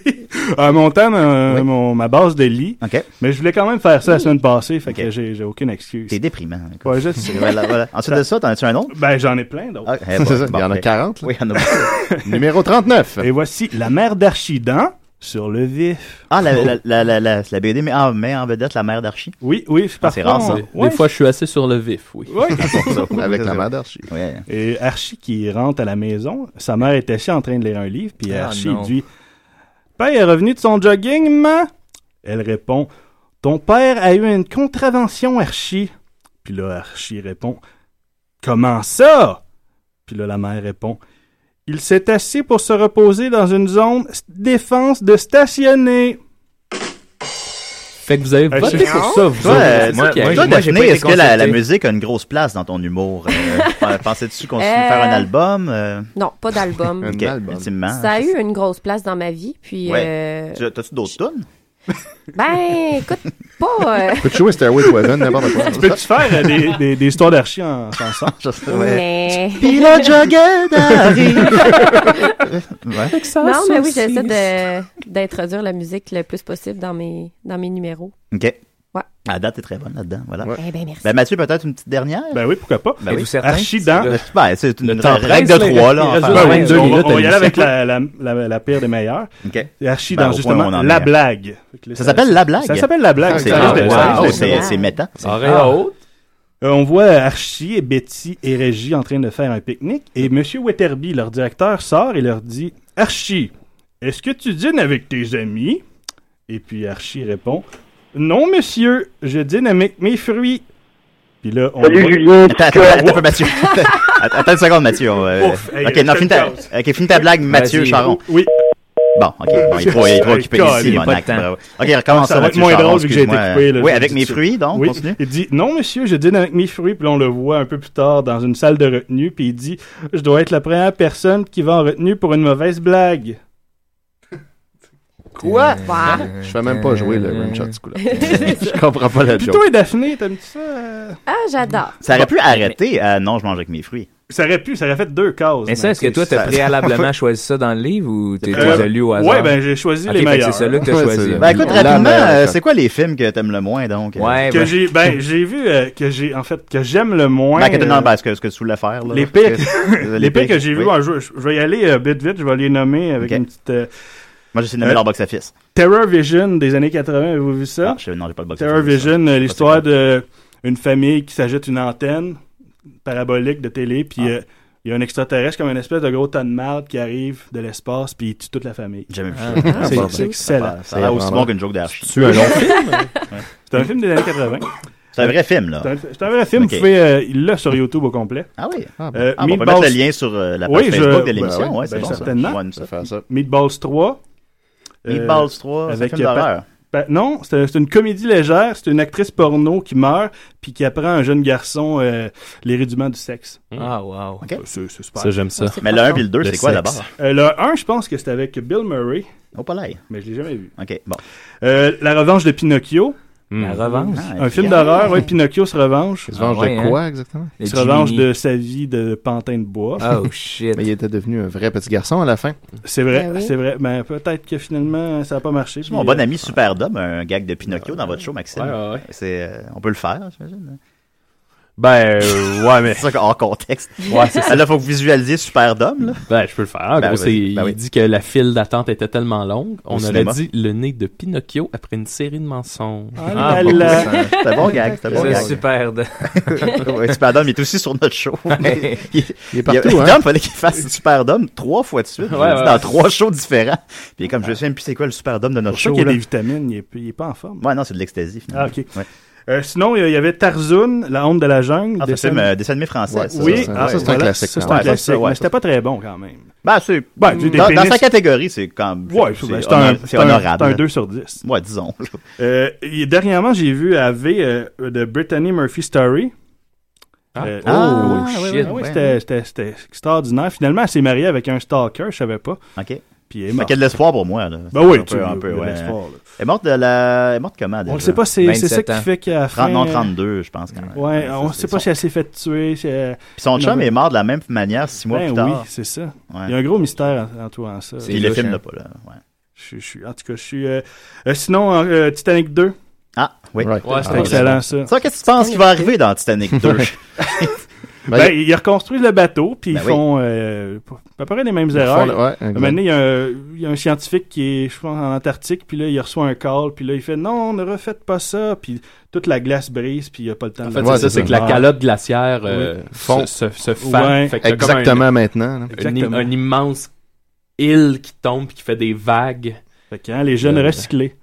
Speaker 9: en montant ma, mon- ma base de lit. Mais je voulais quand même faire ça la semaine passée, fait que j'ai j'ai aucune excuse.
Speaker 5: T'es déprimant. hein,
Speaker 9: Ouais, je sais.
Speaker 5: Voilà, voilà. Ensuite de ça, t'en as-tu un autre?
Speaker 9: Ben, j'en ai plein d'autres.
Speaker 5: Ah, eh, bon,
Speaker 9: C'est ça,
Speaker 5: bon,
Speaker 9: il y en a
Speaker 5: ben,
Speaker 9: 40,
Speaker 5: Oui, il y en a beaucoup.
Speaker 9: Numéro 39. Et voici La mère d'Archidan sur le vif.
Speaker 5: Ah, la, la, la, la, la, la BD met en, met en vedette la mère d'Archie.
Speaker 9: Oui, oui,
Speaker 5: Ah, c'est rare, ça.
Speaker 7: Des fois, je suis assez sur le vif, oui.
Speaker 9: Oui.
Speaker 6: Avec la mère
Speaker 9: d'Archie. Et Archie qui rentre à la maison, sa mère est assise en train de lire un livre, puis
Speaker 7: Ah,
Speaker 9: Archie
Speaker 7: non.
Speaker 9: dit Père est revenu de son jogging, maman Elle répond Ton père a eu une contravention, Archie. Puis là, Archie répond Comment ça Puis là, la mère répond Il s'est assis pour se reposer dans une zone s- défense de stationner.
Speaker 7: Fait que vous avez
Speaker 9: Hey,
Speaker 7: voté
Speaker 9: c'est-
Speaker 7: pour
Speaker 9: Non.
Speaker 7: ça, vous
Speaker 5: Toi,
Speaker 7: autres.
Speaker 5: euh,
Speaker 7: C'est ça qui arrive.
Speaker 5: toi,
Speaker 7: Moi, j'ai
Speaker 5: Daphné,
Speaker 7: pas été
Speaker 5: est-ce que la, la
Speaker 7: consulté.
Speaker 5: musique a une grosse place dans ton humour? Euh, Pensais-tu qu'on
Speaker 12: Euh,
Speaker 5: se faire un album? euh?
Speaker 12: Non, pas d'album.
Speaker 5: Un Ok, album. ultimement,
Speaker 12: Ça a
Speaker 5: c'est
Speaker 12: eu une grosse place dans ma vie, puis...
Speaker 5: Ouais.
Speaker 12: euh,
Speaker 5: Tu- T'as-tu d'autres tunes?
Speaker 12: Ben, écoute, pas... euh,
Speaker 6: Peux-tu jouer Stairway to Heaven, n'importe quoi?
Speaker 9: Tu peux-tu faire euh, des, des- des histoires d'archi en chanson
Speaker 12: Mais...
Speaker 5: Puis le jogging
Speaker 12: Non, mais oui, j'essaie de- d'introduire la musique le plus possible dans mes, dans mes numéros.
Speaker 5: OK.
Speaker 12: Ouais.
Speaker 5: La date est très bonne là-dedans. Voilà.
Speaker 12: Eh ben, merci.
Speaker 5: Ben, Mathieu, peut-être une petite dernière?
Speaker 9: Ben oui, pourquoi pas?
Speaker 5: Ben
Speaker 9: Êtes-vous
Speaker 5: oui.
Speaker 9: certain? Archidan.
Speaker 5: Ben, c'est une
Speaker 9: Le temps
Speaker 5: règle de
Speaker 9: presse,
Speaker 5: trois,
Speaker 9: il
Speaker 5: là.
Speaker 9: reste
Speaker 5: enfin.
Speaker 9: vingt minutes, on va- on va y aller avec la, la, la, la pire des meilleures.
Speaker 5: Ok.
Speaker 9: Et Archie
Speaker 5: Ben,
Speaker 9: dans
Speaker 5: au
Speaker 9: justement
Speaker 5: point où on en
Speaker 9: La
Speaker 5: est.
Speaker 9: blague. Fait que là,
Speaker 5: Ça s'appelle La blague?
Speaker 9: Ça s'appelle La blague.
Speaker 5: Ah, c'est-
Speaker 9: Ça,
Speaker 5: ah,
Speaker 9: je l'ai-
Speaker 5: wow,
Speaker 9: ça, je l'ai-
Speaker 5: c'est- c'est méta. Oreille
Speaker 9: Ah.
Speaker 5: haute.
Speaker 9: Euh, on voit Archie et Betty et Régie en train de faire un pique-nique et Monsieur Wetterby, leur directeur, sort et leur dit Archie, est-ce que tu dînes avec tes amis Et puis Archie répond Non, monsieur, je dîne avec mes fruits. Puis là, on
Speaker 5: Salut,
Speaker 9: voit-
Speaker 5: Julien, Attends, petit attends, gars. attends un peu, Mathieu. Attends attends une seconde, Mathieu. on va-
Speaker 9: Ouf, hey,
Speaker 5: Euh, ok,
Speaker 9: je
Speaker 5: non,
Speaker 9: te
Speaker 5: finis ta,
Speaker 9: cause.
Speaker 5: ok, finis ta blague, Mathieu
Speaker 9: Vas-y.
Speaker 5: Charon.
Speaker 9: Oui.
Speaker 5: Bon, ok, bon, il est trop, il est trop occupé
Speaker 9: Colin,
Speaker 5: ici,
Speaker 9: il y a
Speaker 5: mon
Speaker 9: pas de
Speaker 5: acte.
Speaker 9: temps.
Speaker 5: bravo. Ok, recommence
Speaker 9: ça. va être
Speaker 5: Mathieu
Speaker 9: moins
Speaker 5: Charon,
Speaker 9: drôle vu que j'ai été
Speaker 5: excuse-moi.
Speaker 9: coupé. là,
Speaker 5: oui,
Speaker 9: je
Speaker 5: avec
Speaker 9: dis
Speaker 5: mes
Speaker 9: ça.
Speaker 5: fruits, donc,
Speaker 9: Oui.
Speaker 5: continue.
Speaker 9: Il dit Non, monsieur, je dîne avec mes fruits. Puis là, on le voit un peu plus tard dans une salle de retenue. Puis il dit Je dois être la première personne qui va en retenue pour une mauvaise blague.
Speaker 6: Quoi?
Speaker 9: Bah.
Speaker 6: Ah. Je fais même pas jouer le one-shot ce coup-là.
Speaker 5: Je
Speaker 6: comprends pas la
Speaker 9: Puis
Speaker 6: joke.
Speaker 9: toi et Daphné, t'aimes-tu ça euh?
Speaker 12: Ah, j'adore.
Speaker 5: Ça aurait pu arrêter. euh, non, je mange avec mes fruits.
Speaker 9: Ça aurait pu, ça aurait fait deux cases.
Speaker 10: Mais ça, est-ce que toi, t'as préalablement choisi ça dans le livre ou t'es
Speaker 9: Euh,
Speaker 10: t'es lu au hasard?
Speaker 9: ouais, ben, j'ai choisi
Speaker 10: Ok,
Speaker 9: les
Speaker 10: fait que
Speaker 9: meilleurs.
Speaker 10: C'est celui que t'as
Speaker 9: Ouais,
Speaker 10: choisi.
Speaker 9: c'est-
Speaker 5: Ben écoute,
Speaker 9: La
Speaker 5: rapidement,
Speaker 9: meilleure,
Speaker 5: euh,
Speaker 9: ça.
Speaker 5: c'est quoi les films que t'aimes le moins, donc? euh?
Speaker 9: que j'ai ben j'ai vu euh, que j'ai en fait que j'aime le moins
Speaker 5: Ben, que t'as- non,
Speaker 9: euh,
Speaker 5: ben, ce que, ce que tu voulais faire, là.
Speaker 9: les
Speaker 5: parce
Speaker 9: pires
Speaker 5: que-
Speaker 9: les pires que j'ai vu
Speaker 5: oui.
Speaker 9: bon, je, je vais y aller euh, vite vite je vais les nommer avec
Speaker 5: Ok.
Speaker 9: une petite euh,
Speaker 5: Moi, j'essaie de nommer
Speaker 9: euh,
Speaker 5: leur box-office.
Speaker 9: Terror Vision des années 80 avez-vous vu ça
Speaker 5: Ah, Je- Non, j'ai pas le box-office.
Speaker 9: Terror Vision euh, l'histoire de une famille qui s'ajoute une antenne parabolique de télé puis
Speaker 5: Ah.
Speaker 9: euh, il y a un extraterrestre comme une espèce de gros tas de marde qui arrive de l'espace puis il tue toute la famille.
Speaker 5: Jamais vu
Speaker 9: Ah.
Speaker 5: ça.
Speaker 9: C'est-
Speaker 5: Ah,
Speaker 9: C'est
Speaker 5: bon.
Speaker 9: excellent.
Speaker 5: Ça a- ça a l'air aussi bon qu'une joke d'Archie. C'est-tu un long film?
Speaker 9: Ouais. hein? C'est un film des années 80.
Speaker 5: C'est un vrai film, là.
Speaker 9: Euh, C'est un- C'est un vrai film.
Speaker 5: Ok.
Speaker 9: Vous pouvez euh, il l'a sur YouTube au complet.
Speaker 5: Ah oui. Ah, bon.
Speaker 9: Euh,
Speaker 5: Ah, bon, on peut
Speaker 9: Meatballs-
Speaker 5: mettre le lien sur, euh, la page Facebook de l'émission.
Speaker 9: Ben
Speaker 5: Ouais, c'est bon, ça.
Speaker 9: certainement.
Speaker 5: Je vais ça. faire ça.
Speaker 9: Meatballs 3. euh,
Speaker 5: Meatballs 3, c'est un film
Speaker 9: euh, Pat-
Speaker 5: d'horreur.
Speaker 9: Pat- non, c'est c'est une comédie légère. C'est une actrice porno qui meurt puis qui apprend à un jeune garçon euh, les rudiments du sexe.
Speaker 10: Ah, wow.
Speaker 5: Ok.
Speaker 9: C'est c'est super.
Speaker 15: Ça, j'aime ça.
Speaker 5: Mais le 1 puis le 2, Hmm. Ah, c'est quoi
Speaker 15: sexe.
Speaker 5: d'abord?
Speaker 9: Euh, le 1, je pense que c'est avec Bill Murray.
Speaker 5: Oh, pas l'air.
Speaker 9: Mais je l'ai jamais vu.
Speaker 5: OK, bon.
Speaker 9: Euh, la revanche de Pinocchio.
Speaker 10: La revanche?
Speaker 5: Ah,
Speaker 9: un film d'horreur, oui, Pinocchio se revanche.
Speaker 6: Il Hmm. se venge de Ah ouais, quoi, hein? exactement?
Speaker 9: Il se
Speaker 6: Les
Speaker 9: revanche
Speaker 6: Jiminy.
Speaker 9: de sa vie de pantin de bois.
Speaker 15: Oh,
Speaker 10: shit.
Speaker 6: Mais il était devenu un vrai petit garçon à la fin.
Speaker 9: C'est vrai,
Speaker 5: Ben oui.
Speaker 9: c'est vrai. Mais peut-être que finalement, ça n'a pas marché.
Speaker 5: Mon
Speaker 9: puis,
Speaker 5: bon
Speaker 9: euh,
Speaker 5: ami Superdome, un gag de Pinocchio dans votre show, Maxime.
Speaker 9: Ouais, ouais,
Speaker 5: C'est, euh, on peut le faire, j'imagine.
Speaker 15: Ben, euh, ouais, mais.
Speaker 5: c'est ça que- hors contexte.
Speaker 15: Ouais, c'est ça.
Speaker 5: Là, faut que vous visualisiez Superdome, là.
Speaker 15: Ben, je peux le faire. En
Speaker 5: Ben,
Speaker 15: gros,
Speaker 5: vas-y.
Speaker 15: c'est- il
Speaker 5: Ben oui.
Speaker 15: dit que la file d'attente était tellement longue, on aurait
Speaker 5: cinéma.
Speaker 15: dit le nez de Pinocchio après une série de mensonges.
Speaker 5: Ah, bon, c'est- c'est un bon gag, c'est un bon
Speaker 10: C'est
Speaker 5: gag.
Speaker 10: super de-
Speaker 5: ouais, Superdome, il est aussi sur notre show.
Speaker 10: Ouais.
Speaker 5: Il,
Speaker 10: Il est partout,
Speaker 5: il-
Speaker 10: hein.
Speaker 5: Dom, fallait qu'il fasse Superdome trois fois de suite,
Speaker 9: Ouais,
Speaker 5: je l'ai dit,
Speaker 9: ouais.
Speaker 5: dans trois shows différents. Puis il est comme, je sais même plus c'est quoi le Superdome de notre
Speaker 9: Pour ça
Speaker 5: show.
Speaker 9: qu'il y a
Speaker 5: là.
Speaker 9: des vitamines, il est- il n'est pas en forme.
Speaker 5: Ouais, non, c'est de l'ecstasy, finalement.
Speaker 9: Ah, ok.
Speaker 5: Ouais.
Speaker 9: Euh, sinon, il y a- il y avait Tarzoun, La honte de la jungle.
Speaker 5: Ah, c'est un film, euh, dessin animé français, ça.
Speaker 9: oui,
Speaker 5: Ça, ça,
Speaker 9: ah,
Speaker 5: ça, c'est un
Speaker 9: voilà,
Speaker 5: classique,
Speaker 9: Ça, c'est
Speaker 5: non?
Speaker 9: un
Speaker 5: Ouais, ça,
Speaker 9: classique,
Speaker 5: ouais,
Speaker 9: mais
Speaker 5: ça.
Speaker 9: c'était pas très bon quand même.
Speaker 5: Ben, c'est.
Speaker 9: Ouais, tu- des
Speaker 5: dans, dans
Speaker 9: pénis-
Speaker 5: sa catégorie, c'est quand même.
Speaker 9: Ouais,
Speaker 5: c'est
Speaker 9: ben, c'est
Speaker 5: honor-
Speaker 9: un-
Speaker 5: c'est
Speaker 9: c'est un-
Speaker 5: honorable.
Speaker 9: c'est un 2 sur 10.
Speaker 5: Ouais, disons. là.
Speaker 9: Euh, et dernièrement, j'ai vu à V euh, de Brittany Murphy Story.
Speaker 5: Ah.
Speaker 9: Euh,
Speaker 5: Ah,
Speaker 9: oui,
Speaker 5: ouais,
Speaker 9: oui,
Speaker 5: ouais,
Speaker 9: oui,
Speaker 5: ouais,
Speaker 9: oui,
Speaker 5: ouais.
Speaker 9: c'était- C'était c'était extraordinaire. Finalement, elle s'est mariée avec un stalker, je savais pas.
Speaker 5: OK.
Speaker 9: Puis elle est
Speaker 5: Fait
Speaker 9: morte.
Speaker 5: qu'il y a de l'espoir pour moi, là.
Speaker 9: Ben oui,
Speaker 5: un
Speaker 9: tu-
Speaker 5: peu, un
Speaker 9: il y
Speaker 5: peu,
Speaker 9: a de
Speaker 5: ouais.
Speaker 9: l'espoir, là.
Speaker 5: Elle est morte de la. Elle est morte comment, déjà?
Speaker 9: le sait pas, c'est- c'est ça
Speaker 5: 27
Speaker 9: qui
Speaker 5: ans.
Speaker 9: fait qu'à la
Speaker 5: 30,
Speaker 9: fin,
Speaker 5: Non,
Speaker 9: euh,
Speaker 5: 32, je pense, quand même.
Speaker 9: Ouais, on sait pas si elle s'est fait tuer. si elle-
Speaker 5: Puis son chum
Speaker 9: Non,
Speaker 5: est mort de la même manière six mois
Speaker 9: Ben
Speaker 5: plus tard.
Speaker 9: oui, c'est ça.
Speaker 5: Ouais.
Speaker 9: Il y a un gros mystère en- entourant ça.
Speaker 5: Puis le film l'a pas, là. Ouais.
Speaker 9: Je, je suis, en tout cas, je suis. euh, euh, sinon, euh, Titanic 2.
Speaker 5: Ah, oui.
Speaker 9: Ouais, c'était excellent ça.
Speaker 5: Ça, qu'est-ce que tu penses qui va arriver dans Titanic 2?
Speaker 9: Ben, ils reconstruisent le bateau, puis ils
Speaker 5: Ben oui.
Speaker 9: font euh, à peu près les mêmes
Speaker 6: Ils
Speaker 9: erreurs.
Speaker 6: font le- ouais, exact.
Speaker 9: Maintenant, il y, a un, il y a un scientifique qui est, je pense, en Antarctique, puis là, il reçoit un call, puis là, il fait non, ne refaites pas ça, puis toute la glace brise, puis il n'y a pas le temps
Speaker 15: En
Speaker 9: de
Speaker 15: fait,
Speaker 9: la-
Speaker 15: c'est ça, c'est que la
Speaker 9: Ah.
Speaker 15: calotte glaciaire euh,
Speaker 9: Oui.
Speaker 15: se, se, se fend.
Speaker 9: Ouais.
Speaker 15: Fait que t'as comme
Speaker 6: Exactement
Speaker 15: un-
Speaker 6: maintenant, là.
Speaker 15: une-
Speaker 6: Exactement.
Speaker 15: Un immense île qui tombe puis qui fait des vagues.
Speaker 9: Fait que, hein, les jeunes
Speaker 15: Euh,
Speaker 9: recyclés.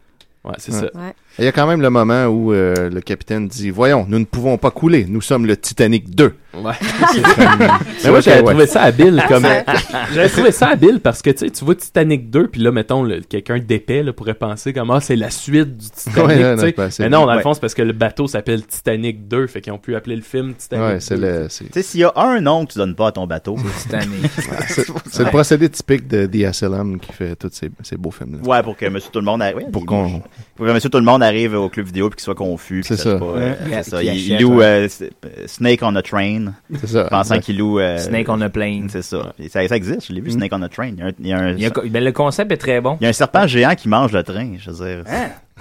Speaker 15: Ouais, c'est
Speaker 6: Ouais.
Speaker 15: ça.
Speaker 6: Il y a quand même le moment où euh, le capitaine dit Voyons, nous ne pouvons pas couler, nous sommes le Titanic 2.
Speaker 15: Ouais.
Speaker 6: C'est
Speaker 15: Mais moi,
Speaker 6: vrai
Speaker 15: j'avais
Speaker 6: que, ouais. Ah,
Speaker 15: trouvé ça
Speaker 5: Ah,
Speaker 15: habile comme.
Speaker 6: C'est-
Speaker 15: j'avais trouvé ça habile parce que tu sais, tu vois Titanic 2, puis là, mettons, le- quelqu'un d'épais là, pourrait penser comme Ah, c'est la suite du Titanic.
Speaker 6: Ouais, là,
Speaker 15: tu sais.
Speaker 6: non, ben, c'est-
Speaker 15: Mais non, dans le
Speaker 6: ouais.
Speaker 15: fond, c'est parce que le bateau s'appelle Titanic 2, fait qu'ils ont pu appeler le film Titanic.
Speaker 6: Ouais, c'est
Speaker 15: 2.
Speaker 6: le. c'est-
Speaker 5: Tu sais, s'il y a un nom que tu donnes pas à ton bateau, c'est
Speaker 10: Titanic.
Speaker 6: C'est c'est le procédé typique de The Asylum qui fait tous ces, ces beaux films-là.
Speaker 5: Ouais, pour que Monsieur Tout le Monde arrive.
Speaker 6: Pour qu'on-
Speaker 5: Pour que Monsieur Tout le Monde arrive au club vidéo puis qu'il soit confus. puis
Speaker 6: C'est
Speaker 5: qu'il sache
Speaker 6: ça.
Speaker 5: pas, euh,
Speaker 6: Ouais.
Speaker 5: c'est ça.
Speaker 6: Qu'il
Speaker 5: Il, il
Speaker 6: achète,
Speaker 5: loue
Speaker 6: ouais.
Speaker 5: euh, s- euh, Snake on a Train.
Speaker 6: C'est ça,
Speaker 5: Pensant
Speaker 6: ouais.
Speaker 5: qu'il loue. euh,
Speaker 10: Snake on a plane. Mm.
Speaker 5: C'est ça. Et ça. ça existe, je l'ai vu, Snake on a Train. Il y a un, il y a un-
Speaker 10: Il y a co- ben, le concept est très bon.
Speaker 5: il y a un serpent géant qui mange le train, je veux dire.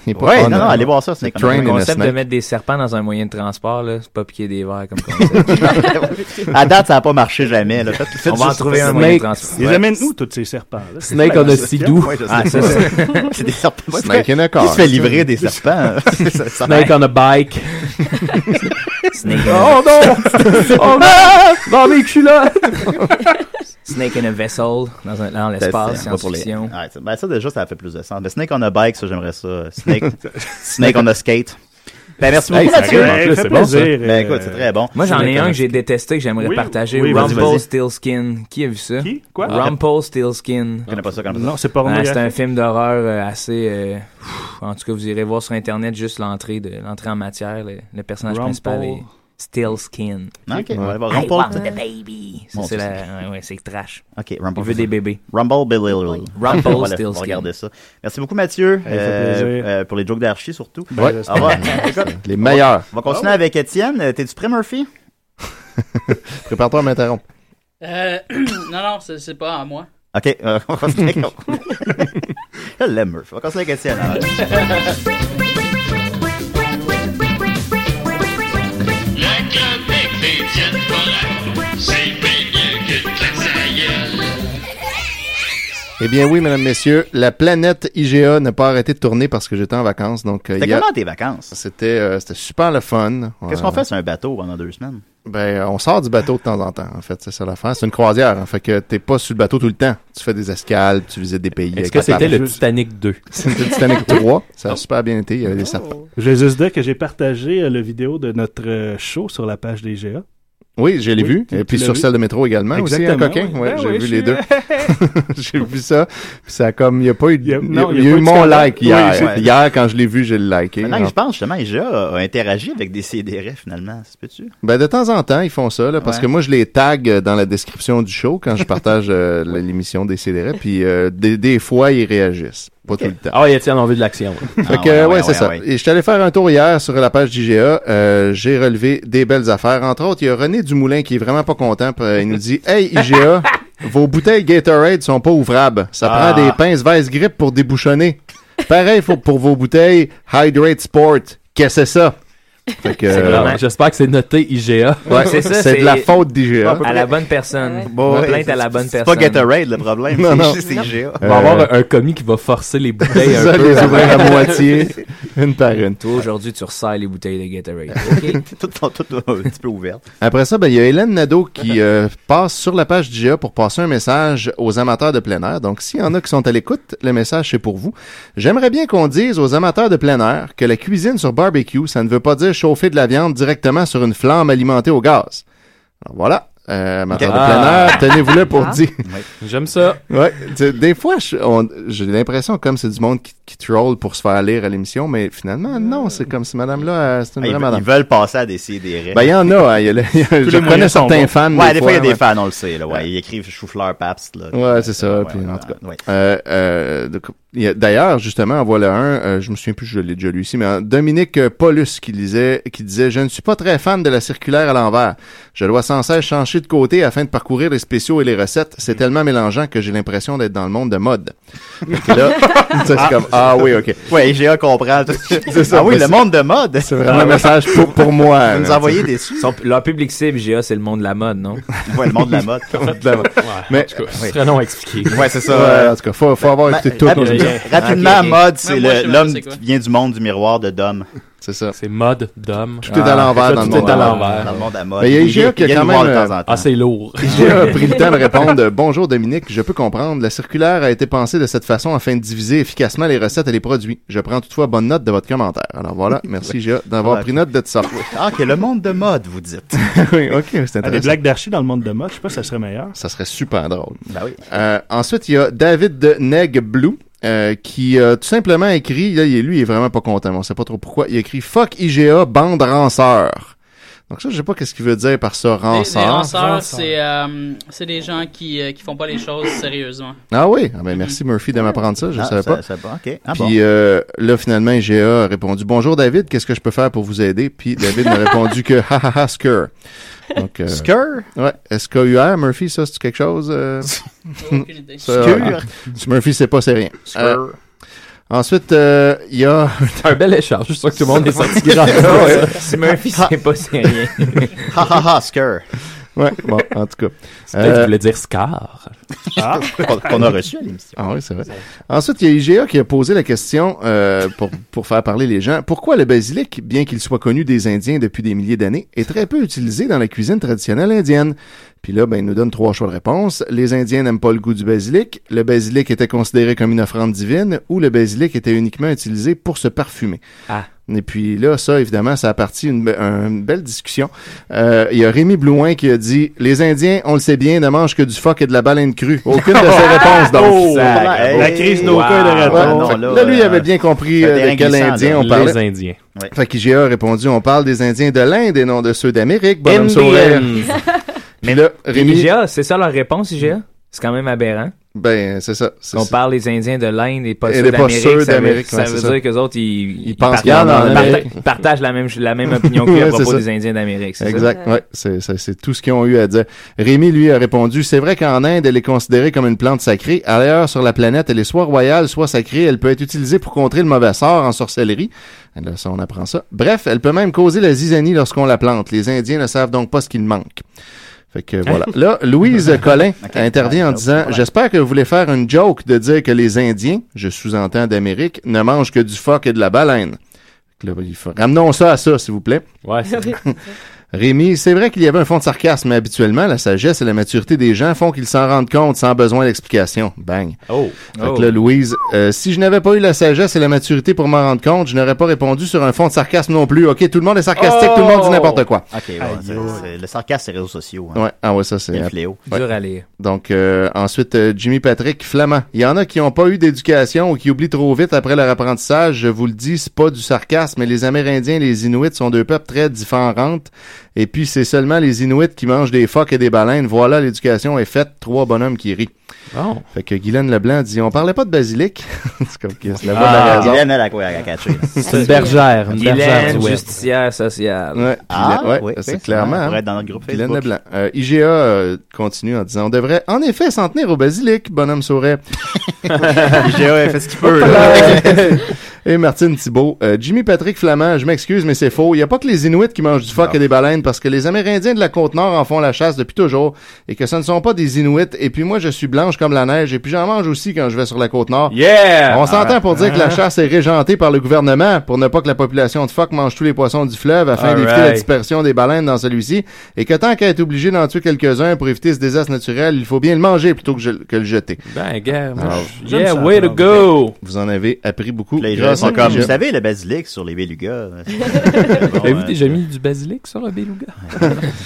Speaker 6: Il est pas
Speaker 5: Ouais,
Speaker 6: fun,
Speaker 5: non, non,
Speaker 6: hein.
Speaker 5: allez voir ça, Snake on a
Speaker 10: Hein? le
Speaker 5: Train.
Speaker 10: concept de mettre des serpents dans un moyen de transport, là, c'est pas piquer des verres comme concept.
Speaker 5: À date, ça n'a pas marché jamais. Là. Faites- faites
Speaker 10: On va en
Speaker 5: juste-
Speaker 10: trouver un
Speaker 5: Snake-
Speaker 10: moyen de transport.
Speaker 9: Ils
Speaker 5: Ouais.
Speaker 9: amènent où tous ces serpents là?
Speaker 5: Snake on a Sidou. Ah, c'est ça. C'est des serpents. Snake in a car. Qui se fait livrer des serpents?
Speaker 15: Snake on a bike.
Speaker 10: Snake
Speaker 15: Oh non! Oh non! Non, mais que je suis là!
Speaker 10: Snake in a vessel, dans, un, dans l'espace,
Speaker 5: C'est- c'est pas pour les-
Speaker 10: science-fiction.
Speaker 5: Ouais, c'est- ben ça, déjà, ça fait plus de sens. Mais Snake on a bike, ça, j'aimerais ça. Snake, Snake on a skate. Ben, merci
Speaker 10: Hey,
Speaker 5: beaucoup,
Speaker 10: ça euh,
Speaker 5: Mathieu.
Speaker 10: rime en plus, c'est bon, ça.
Speaker 5: Ben, écoute, c'est très bon.
Speaker 10: Moi, j'en ai un que j'ai détesté, que j'aimerais
Speaker 5: Oui,
Speaker 10: partager.
Speaker 5: oui, vas-y,
Speaker 10: Rumble
Speaker 5: vas-y.
Speaker 10: Steelskin. Qui a vu ça? Qui?
Speaker 9: Quoi?
Speaker 10: Rumble Steelskin.
Speaker 5: Je connais pas ça comme ça.
Speaker 9: Non, c'est pas
Speaker 10: C'est un
Speaker 9: pornographique.
Speaker 10: film d'horreur euh, assez... euh, pff, en tout cas, vous irez voir sur Internet juste l'entrée de l'entrée en matière. Le, le personnage
Speaker 5: Rumpel-
Speaker 10: principal est Steelskin.
Speaker 5: Ok, on va aller voir
Speaker 10: I
Speaker 5: Rumpel-
Speaker 10: want the baby. Ça,
Speaker 5: Bon,
Speaker 10: c'est
Speaker 5: ça,
Speaker 10: la... ouais, ouais, c'est trash.
Speaker 5: OK,
Speaker 10: Il
Speaker 5: Rumble.
Speaker 10: veut des bébés.
Speaker 5: Rumble Billy Lil.
Speaker 10: Rumble
Speaker 5: On va le-
Speaker 10: Stillskin.
Speaker 5: On va regarder ça. Merci beaucoup, Mathieu.
Speaker 10: Hey, ça fait plaisir. Ben,
Speaker 5: euh, pour les jokes d'archi, surtout.
Speaker 6: Ouais.
Speaker 5: Au revoir. Ben, Écoute,
Speaker 6: Les meilleurs.
Speaker 10: Ah
Speaker 5: on va continuer avec Étienne. Euh, T'es-tu prêt, Murphy?
Speaker 6: Prépare-toi à m'interrompre.
Speaker 11: Euh, non, non, c'est c'est pas à moi.
Speaker 5: OK, euh, on va se Je l'aime, Murph. On va continuer hein. la question. alors.
Speaker 1: La chronique des Diane Forain, c'est bien mieux que
Speaker 6: Eh bien oui, mesdames, messieurs, la planète IGA n'a pas arrêté de tourner parce que j'étais en vacances. Donc, euh,
Speaker 5: C'était
Speaker 6: hier-
Speaker 5: comment tes vacances?
Speaker 6: C'était euh, c'était super le fun.
Speaker 5: Qu'est-ce
Speaker 6: Ouais.
Speaker 5: qu'on fait sur un bateau pendant deux semaines?
Speaker 6: Ben, euh, on sort du bateau de temps en temps, en fait, c'est ça l'affaire. C'est une croisière, en fait que t'es pas sur le bateau tout le temps. Tu fais des escales, tu visites des pays.
Speaker 15: Est-ce
Speaker 6: avec
Speaker 15: que
Speaker 6: la
Speaker 15: c'était
Speaker 6: barge.
Speaker 15: le Titanic 2?
Speaker 6: C'était le Titanic 3. Ça a super bien été, il y
Speaker 5: Oh.
Speaker 6: avait des serpents.
Speaker 16: Je vais juste dire que j'ai partagé euh, le vidéo de notre euh, show sur la page des GA.
Speaker 6: Oui, je l'ai vu.
Speaker 16: tu-
Speaker 6: Et
Speaker 16: tu
Speaker 6: puis
Speaker 16: l'as
Speaker 6: sur
Speaker 16: vu.
Speaker 6: celle de métro également aussi, un
Speaker 16: Exactement,
Speaker 6: coquin.
Speaker 16: oui.
Speaker 6: Ouais,
Speaker 16: Ben
Speaker 6: j'ai
Speaker 16: oui,
Speaker 6: vu
Speaker 16: je
Speaker 6: les
Speaker 16: suis-
Speaker 6: deux.
Speaker 9: Ah,
Speaker 6: j'ai vu ça. Puis ça a comme, il n'y a pas eu, de- il y a,
Speaker 5: non,
Speaker 6: il y a
Speaker 5: pas
Speaker 6: eu
Speaker 5: de
Speaker 6: mon
Speaker 5: scandale.
Speaker 6: like
Speaker 5: Oui,
Speaker 6: hier.
Speaker 5: c'est-
Speaker 6: Hier, quand je l'ai vu, j'ai le liké.
Speaker 5: Maintenant
Speaker 6: En
Speaker 5: que je pense, justement, IGA a, a interagi avec des CDR finalement. Ça se peut-tu?
Speaker 6: Ben, de temps en temps, ils font ça, là, parce
Speaker 5: Ouais.
Speaker 6: que moi, je les tag euh, dans la description du show quand je partage euh, l- l'émission des CDR, puis euh, des, des fois, ils réagissent. Pas tout le temps.
Speaker 15: Ah, Étienne, on veut de l'action.
Speaker 6: Fait que, Ah ouais, c'est ça. Et je suis allé faire un tour hier sur la page d'IGA. Euh, J'ai relevé des belles affaires. Entre autres, il y a René Dumoulin qui est vraiment pas content. puis, euh, Il nous dit Hey, IGA, vos bouteilles Gatorade sont pas ouvrables. Ça
Speaker 5: Ah.
Speaker 6: prend des pinces vice grip pour débouchonner. Pareil faut pour vos bouteilles Hydrate Sport. Qu'est-ce que c'est ça? Fait que,
Speaker 15: C'est vraiment- J'espère que c'est noté IGA.
Speaker 6: Ouais, c'est ça, c'est de la faute d'IGA.
Speaker 10: À la bonne personne.
Speaker 6: Bon,
Speaker 10: la
Speaker 6: ouais,
Speaker 10: plainte à la bonne
Speaker 5: C'est
Speaker 10: personne.
Speaker 5: pas Gatorade le problème,
Speaker 6: Non, non.
Speaker 5: c'est juste IGA.
Speaker 6: Euh,
Speaker 15: On va avoir un commis qui va forcer les bouteilles
Speaker 6: C'est
Speaker 15: un
Speaker 6: ça,
Speaker 15: peu.
Speaker 6: les ouvrir à moitié, une par une.
Speaker 10: Toi, aujourd'hui, tu ressers les bouteilles de Gatorade. OK.
Speaker 5: Toutes sont toutes euh, un petit peu ouvertes.
Speaker 6: Après ça, ben, il y a Hélène Nadeau qui euh, passe sur la page d'IA pour passer un message aux amateurs de plein air. Donc, s'il y en a qui sont à l'écoute, le message c'est pour vous. J'aimerais bien qu'on dise aux amateurs de plein air que la cuisine sur barbecue, ça ne veut pas dire chauffer de la viande directement sur une flamme alimentée au gaz. Alors voilà, euh, amateurs
Speaker 15: Ok.
Speaker 6: de plein
Speaker 15: Ah.
Speaker 6: air, tenez-vous-le pour
Speaker 15: Ah.
Speaker 6: dire.
Speaker 15: J'aime ça.
Speaker 6: Ouais, tu sais, des fois, je- on- j'ai l'impression comme c'est du monde qui, qui troll pour se faire lire à l'émission, mais finalement, non, c'est comme si madame-là, euh, c'est une
Speaker 5: Ah,
Speaker 6: vraie
Speaker 5: ils,
Speaker 6: madame.
Speaker 5: ils veulent passer à des CDR.
Speaker 6: Ben, il y en a, hein, il y a le- il y a- je connais certains fans.
Speaker 5: Ouais, des fois, il y a des
Speaker 6: ouais.
Speaker 5: fans, on le sait. Là, ouais. Ils écrivent chou-fleur, paps. Là,
Speaker 6: Ouais, c'est ça. puis, en tout cas. Euh, euh, donc, il y a- D'ailleurs, justement, en voilà un, euh, je me souviens plus, je l'ai déjà lu ici, mais euh, Dominique euh, Paulus qui, lisait, qui disait Je ne suis pas très fan de la circulaire à l'envers. Je dois sans cesse changer de côté afin de parcourir les spéciaux et les recettes. C'est tellement mélangeant que j'ai l'impression d'être dans le monde de mode. Fait que là, ça, c'est
Speaker 5: Ah.
Speaker 6: comme Ah oui, ok.
Speaker 5: Ouais, IGA comprend.
Speaker 6: C'est ça,
Speaker 5: ah oui,
Speaker 6: mais
Speaker 5: le
Speaker 6: c'est-
Speaker 5: monde de mode.
Speaker 6: C'est vraiment un message pour, pour moi.
Speaker 10: Vous
Speaker 6: là,
Speaker 10: nous
Speaker 6: tu
Speaker 10: envoyez
Speaker 6: sais.
Speaker 5: des
Speaker 10: Son- leur public cible, GA, c'est le monde de la mode, non?
Speaker 5: Ouais, le monde de la mode.
Speaker 6: Le monde de la mode. Mais-
Speaker 10: en tout cas,
Speaker 6: Oui.
Speaker 10: ce serait long à expliquer.
Speaker 5: Ouais, c'est ça.
Speaker 6: Ouais,
Speaker 5: euh,
Speaker 6: en tout cas, faut, faut avoir
Speaker 5: Ma-
Speaker 6: écouté tout.
Speaker 5: rapi-
Speaker 6: nos émissions.
Speaker 5: ben, Rapidement,
Speaker 6: Ok, ok.
Speaker 5: mode, c'est
Speaker 6: Même moi,
Speaker 5: le-
Speaker 6: je sais
Speaker 5: l'homme
Speaker 6: pas c'est
Speaker 5: qui vient du monde du miroir de Dom.
Speaker 6: C'est ça.
Speaker 15: C'est mode Ah, d'homme.
Speaker 6: Ah, Tout est à l'envers dans le monde à l'envers.
Speaker 5: Dans le monde à mode.
Speaker 6: Mais il y a
Speaker 5: Il
Speaker 6: IGA qui a
Speaker 5: vient
Speaker 6: quand
Speaker 5: nous
Speaker 6: même.
Speaker 5: voir de
Speaker 6: euh,
Speaker 5: temps en temps.
Speaker 15: Ah, c'est lourd.
Speaker 6: IGA a pris le temps de répondre Bonjour Dominique, je peux comprendre. La circulaire a été pensée de cette façon afin de diviser efficacement les recettes et les produits. Je prends toutefois bonne note de votre commentaire. Alors voilà, merci IGA d'avoir
Speaker 5: Ouais.
Speaker 6: pris note de ça.
Speaker 5: Ah, que le monde de mode, vous dites.
Speaker 6: oui, ok, c'est
Speaker 16: Ah, des
Speaker 6: intéressant.
Speaker 16: blagues d'archi dans le monde de mode, je sais pas si ça serait meilleur.
Speaker 6: Hein? Ça serait super drôle.
Speaker 5: Ben oui.
Speaker 6: Euh, ensuite, il y a David de Neg Blue. euh, qui a tout simplement écrit, là, il est- lui, il est vraiment pas content, mais on sait pas trop pourquoi, il a écrit « Fuck IGA, bande ranceur ». Donc ça, je sais pas qu'est-ce qu'il veut dire par ça,
Speaker 11: Les, les
Speaker 6: ranceur.
Speaker 11: lanceurs, c'est euh, c'est des gens qui, euh, qui font pas les choses sérieusement.
Speaker 6: Ah oui, ah ben merci Murphy de m'apprendre ça, je
Speaker 5: Ah,
Speaker 6: savais
Speaker 5: ça-
Speaker 6: pas.
Speaker 5: ça va, ok. Ah
Speaker 6: Puis
Speaker 5: bon.
Speaker 6: euh, là finalement IGA a répondu "Bonjour David, qu'est-ce que je peux faire pour vous aider Puis David m'a répondu que ha ha ha skur. Donc euh,
Speaker 5: Skur?
Speaker 6: Ouais, S K U R Murphy ça c'est quelque chose euh, ça,
Speaker 5: Skur?
Speaker 6: ah, si Murphy c'est pas c'est rien.
Speaker 5: Skur.
Speaker 6: Euh, Ensuite, euh, il y a... C'est
Speaker 15: un bel échange, je suis sûr que tout le monde est sorti Ah. grandi. Si Murphy, c'est pas, c'est rien.
Speaker 5: Ha ha ha, Skur.
Speaker 6: Ouais, bon, en tout cas. Euh,
Speaker 15: C'est peut-être qu'il voulait dire Scar.
Speaker 5: Ah, qu'on- qu'on a reçu à l'émission.
Speaker 6: Ah oui, c'est vrai. Ensuite, il y a IGA qui a posé la question euh, pour, pour faire parler les gens. Pourquoi le basilic, bien qu'il soit connu des Indiens depuis des milliers d'années, est très peu utilisé dans la cuisine traditionnelle indienne? Puis là, ben, il nous donne trois choix de réponse. Les Indiens n'aiment pas le goût du basilic, le basilic était considéré comme une offrande divine, ou le basilic était uniquement utilisé pour se parfumer.
Speaker 10: Ah.
Speaker 6: Et puis là, ça, évidemment, ça a parti une, be- un- une belle discussion. Euh, Il y a Rémi Blouin qui a dit Les Indiens, on le sait bien, ne mangent que du phoque et de la baleine crue. Aucune de ces réponses,
Speaker 16: Oh,
Speaker 6: donc.
Speaker 16: la crise d'aucun de raton.
Speaker 6: Ouais,
Speaker 16: Non,
Speaker 6: fait que
Speaker 16: là,
Speaker 6: là, lui, il
Speaker 16: euh,
Speaker 6: avait bien compris
Speaker 16: fait
Speaker 6: euh, de
Speaker 16: terrain
Speaker 6: quel
Speaker 16: glissant,
Speaker 6: Indien
Speaker 16: là.
Speaker 6: on
Speaker 16: Les
Speaker 6: parlait.
Speaker 16: Indiens.
Speaker 6: Fait qu'IGA a répondu On parle des Indiens de l'Inde et non de ceux d'Amérique. Bonhomme
Speaker 10: Indians.
Speaker 6: sourire. Mais là,
Speaker 10: Puis
Speaker 6: Rémi.
Speaker 10: IGA, c'est ça leur réponse, IGA? C'est quand même aberrant.
Speaker 6: Ben, c'est ça. c'est
Speaker 10: On
Speaker 6: ça.
Speaker 10: parle des Indiens de l'Inde et pas
Speaker 6: Et
Speaker 10: ceux
Speaker 6: les pas
Speaker 10: d'Amérique.
Speaker 6: ceux
Speaker 10: ça veut,
Speaker 6: d'Amérique,
Speaker 10: ça
Speaker 6: ouais,
Speaker 10: veut
Speaker 6: c'est ça.
Speaker 10: dire qu'eux autres, ils,
Speaker 6: Ils pensent
Speaker 10: parta-
Speaker 6: qu'il y en a en
Speaker 10: parta-
Speaker 6: Amérique.
Speaker 10: partagent la même, la même opinion qu'eux
Speaker 6: Ouais,
Speaker 10: à
Speaker 6: c'est
Speaker 10: propos
Speaker 6: ça.
Speaker 10: des Indiens d'Amérique. c'est ça?
Speaker 6: Exact, ouais, c'est, c'est- c'est tout ce qu'ils ont eu à dire. Rémi, lui, a répondu, c'est vrai qu'en Inde, elle est considérée comme une plante sacrée. Ailleurs sur la planète, elle est soit royale, soit sacrée. Elle peut être utilisée pour contrer le mauvais sort en sorcellerie. Là, ça, on apprend ça. Bref, elle peut même causer la zizanie lorsqu'on la plante. Les Indiens ne savent donc pas ce qu'il manque. Fait que voilà.
Speaker 10: Hein?
Speaker 6: Là, Louise Collin intervient en disant J'espère que vous voulez faire une joke de dire que les Indiens, je sous-entends d'Amérique, ne mangent que du phoque et de la baleine. Fait que là, il faut- Ramenons ça à ça, s'il vous plaît.
Speaker 15: Ouais,
Speaker 6: Rémi, c'est vrai qu'il y avait un fond de sarcasme, mais habituellement, la sagesse et la maturité des gens font qu'ils s'en rendent compte sans besoin d'explication. Bang.
Speaker 15: Oh.
Speaker 6: Fait que là, Louise, euh, si je n'avais pas eu la sagesse et la maturité pour m'en rendre compte, je n'aurais pas répondu sur un fond de sarcasme non plus. OK, tout le monde est sarcastique, tout le monde dit
Speaker 15: Oh!
Speaker 6: n'importe quoi.
Speaker 5: OK, ouais, c'est- c'est- le sarcasme, c'est les réseaux sociaux. hein.
Speaker 6: Ouais, ah ouais, ça c'est
Speaker 5: Quel fléau.
Speaker 6: Ouais.
Speaker 5: Dur à lire.
Speaker 6: Donc euh, ensuite euh, Jimmy Patrick Flamand. Il y en a qui n'ont pas eu d'éducation ou qui oublient trop vite après leur apprentissage. Je vous le dis, c'est pas du sarcasme, mais les Amérindiens et les Inuits sont deux peuples très différents. Et puis c'est seulement les Inuits qui mangent des phoques et des baleines. Voilà, l'éducation est faite. Trois bonhommes qui rient. Fait que Guylaine Leblanc dit on parlait pas de basilic. c'est comme que c'est la voix de la
Speaker 5: Ah,
Speaker 6: raison.
Speaker 5: Guylaine, elle a quoi à catcher?
Speaker 6: C'est une bergère, une
Speaker 10: Guylaine,
Speaker 6: bergère du web.
Speaker 10: justicière sociale.
Speaker 6: Ouais, puis là- ouais, c'est clairement.
Speaker 5: Ah, On
Speaker 6: hein.
Speaker 5: pourrait être dans notre groupe
Speaker 6: Puis Hélène
Speaker 5: Facebook.
Speaker 6: Leblanc. Euh, IGA euh, continue en disant on devrait en effet s'en tenir au basilic, bonhomme saurait.
Speaker 5: IGA, fait ce qu'il peut, là.
Speaker 6: et Martine Thibault. euh, Jimmy Patrick Flamand, je m'excuse, mais c'est faux. Il n'y a pas que les Inuits qui mangent du phoque et des baleines parce que les Amérindiens de la Côte-Nord en font la chasse depuis toujours et que ce ne sont pas des Inuits. Et puis moi, je suis blanche comme la neige et puis j'en mange aussi quand je vais sur la Côte-Nord.
Speaker 15: Yeah!
Speaker 6: On
Speaker 5: Ah.
Speaker 6: s'entend pour dire que la
Speaker 15: Alright.
Speaker 6: chasse est régentée par le gouvernement pour ne pas que la population de phoques mange tous les poissons du fleuve afin d'éviter la
Speaker 15: Alright.
Speaker 6: dispersion des baleines dans celui-ci, et que tant qu'à être obligé d'en tuer quelques-uns pour éviter ce désastre naturel, il faut bien le manger plutôt que, je- que le jeter.
Speaker 15: Ben, gars, moi,
Speaker 6: Alors,
Speaker 15: je- yeah, way to go!
Speaker 6: Vous en avez appris beaucoup.
Speaker 5: Les gens
Speaker 6: grâce
Speaker 5: sont
Speaker 6: à
Speaker 5: comme,
Speaker 6: Ninja.
Speaker 5: vous savez, le basilic sur les belugas.
Speaker 15: Avez-vous déjà mis du basilic sur un beluga?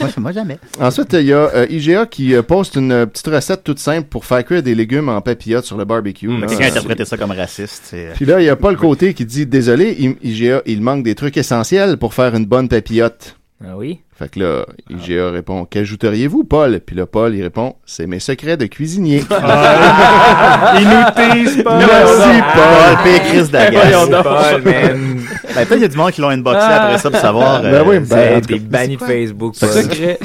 Speaker 5: Moi, moi, jamais.
Speaker 6: Ensuite, il y a euh, IGA qui euh, poste une euh, petite recette toute simple pour faire cuire des légumes en papillote sur le barbecue.
Speaker 5: Mais
Speaker 6: Là,
Speaker 5: Quelqu'un a
Speaker 6: euh,
Speaker 5: interprété ça comme raciste.
Speaker 10: Euh,
Speaker 5: c'est- euh.
Speaker 6: Puis là, il y a pas le côté qui dit désolé, I- IGA, il manque des trucs essentiels pour faire une bonne papillote.
Speaker 10: Ah oui?
Speaker 6: Fait que là, IGA répond Qu'ajouteriez-vous, Paul Puis là, Paul, il répond C'est mes secrets de cuisinier.
Speaker 5: Ah Il nous tease, Paul. Ah. Merci, Paul. Pire Chris d'Agas.
Speaker 6: Voyons donc.
Speaker 10: Paul, man.
Speaker 5: Ben, peut-être qu'il y a du monde qui l'ont inboxé après ça pour savoir.
Speaker 6: Ah.
Speaker 5: euh,
Speaker 6: Ben oui, ben, en tout
Speaker 10: T'es banni de Facebook. Paul.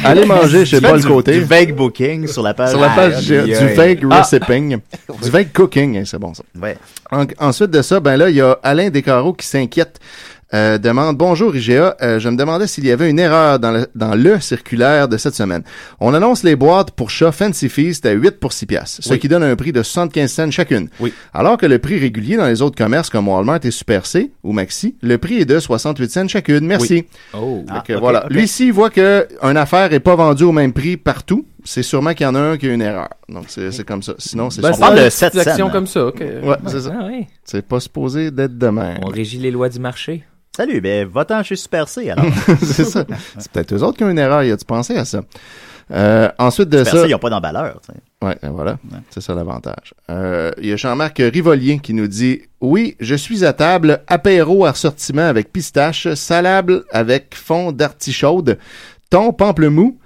Speaker 6: Allez manger chez
Speaker 5: Tu fais
Speaker 6: Paul
Speaker 5: du-
Speaker 6: Côté.
Speaker 5: Du vague booking sur la page.
Speaker 6: Sur la page
Speaker 5: Ah,
Speaker 6: du
Speaker 5: aïe, aïe. Ah.
Speaker 6: vague recipping. Du vague cooking, hein, c'est bon ça.
Speaker 5: Ouais.
Speaker 6: En- ensuite de ça, ben là, il y a Alain Descarreaux qui s'inquiète. Euh, demande Bonjour IGA, Euh, je me demandais s'il y avait une erreur dans le, dans le circulaire de cette semaine. On annonce les boîtes pour chats Fancy Feast à 8 pour 6 piastres, ce
Speaker 15: Oui.
Speaker 6: qui donne un prix de 75 cents chacune.
Speaker 15: Oui.
Speaker 6: Alors que le prix régulier dans les autres commerces comme Walmart et Super C ou Maxi, le prix est de 68 cents chacune. Merci.
Speaker 10: Oh.
Speaker 15: Ah.
Speaker 6: Fait que voilà. Lui, s'il voit que une affaire est pas vendue au même prix partout, c'est sûrement qu'il y en a un qui a une erreur. Donc, c'est c'est comme ça. Sinon, c'est
Speaker 10: Ben,
Speaker 6: sûr.
Speaker 10: c'est On parle de une petite 7 cents, action hein. comme ça, ok.
Speaker 6: Ouais, c'est ça.
Speaker 10: Ah ouais.
Speaker 6: C'est pas supposé d'être de même.
Speaker 10: On régit les lois du marché.
Speaker 5: Salut, ben, va-t'en chez Super C, alors.
Speaker 6: c'est ça. C'est peut-être eux autres qui ont une erreur. Il a dû penser à ça. Euh, ensuite de
Speaker 5: Super
Speaker 6: ça.
Speaker 5: C, ils n'ont pas d'emballeur, tu sais.
Speaker 6: Ouais, ben voilà. C'est ça l'avantage. Euh, Il y a Jean-Marc Rivolier qui nous dit Oui, je suis à table, apéro à ressortiment avec pistache, salable avec fond d'artichaude, thon pamplemou,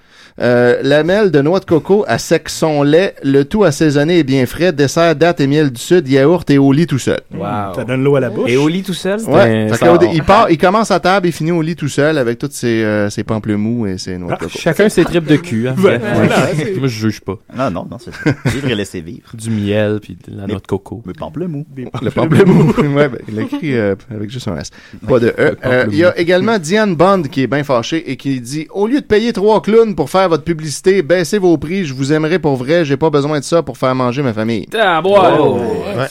Speaker 6: euh, lamelle de noix de coco à sec son lait, le tout assaisonné et bien frais, dessert date et miel du sud, yaourt et au lit tout seul.
Speaker 10: Wow.
Speaker 16: Ça donne l'eau à la bouche.
Speaker 10: Et au lit tout seul?
Speaker 6: Ouais. Fait que là, au dé- il, part, il commence à table, il finit au lit tout seul avec tous ses, euh, ses pamplemous et ses noix de coco.
Speaker 15: Ah, Chacun ses tripes de cul. Hein,
Speaker 6: Ouais.
Speaker 15: gars.
Speaker 6: Voilà,
Speaker 15: Ouais.
Speaker 6: c'est-
Speaker 15: Moi, je juge pas.
Speaker 5: Non, non, non, c'est ça. Vivre et laisser vivre.
Speaker 15: Du miel, puis de la noix de coco.
Speaker 5: Mais pamplemou.
Speaker 6: Le pamplemou. ouais, ben, il l'écrit euh, avec juste un S. Pas de E. Euh, Il y a également Diane Bond qui est bien fâchée et qui dit Au lieu de payer trois clowns pour faire votre publicité, baissez vos prix, je vous aimerais pour vrai, j'ai pas besoin de ça pour faire manger ma famille.
Speaker 15: Ah, boy!
Speaker 5: Oh,
Speaker 10: OK.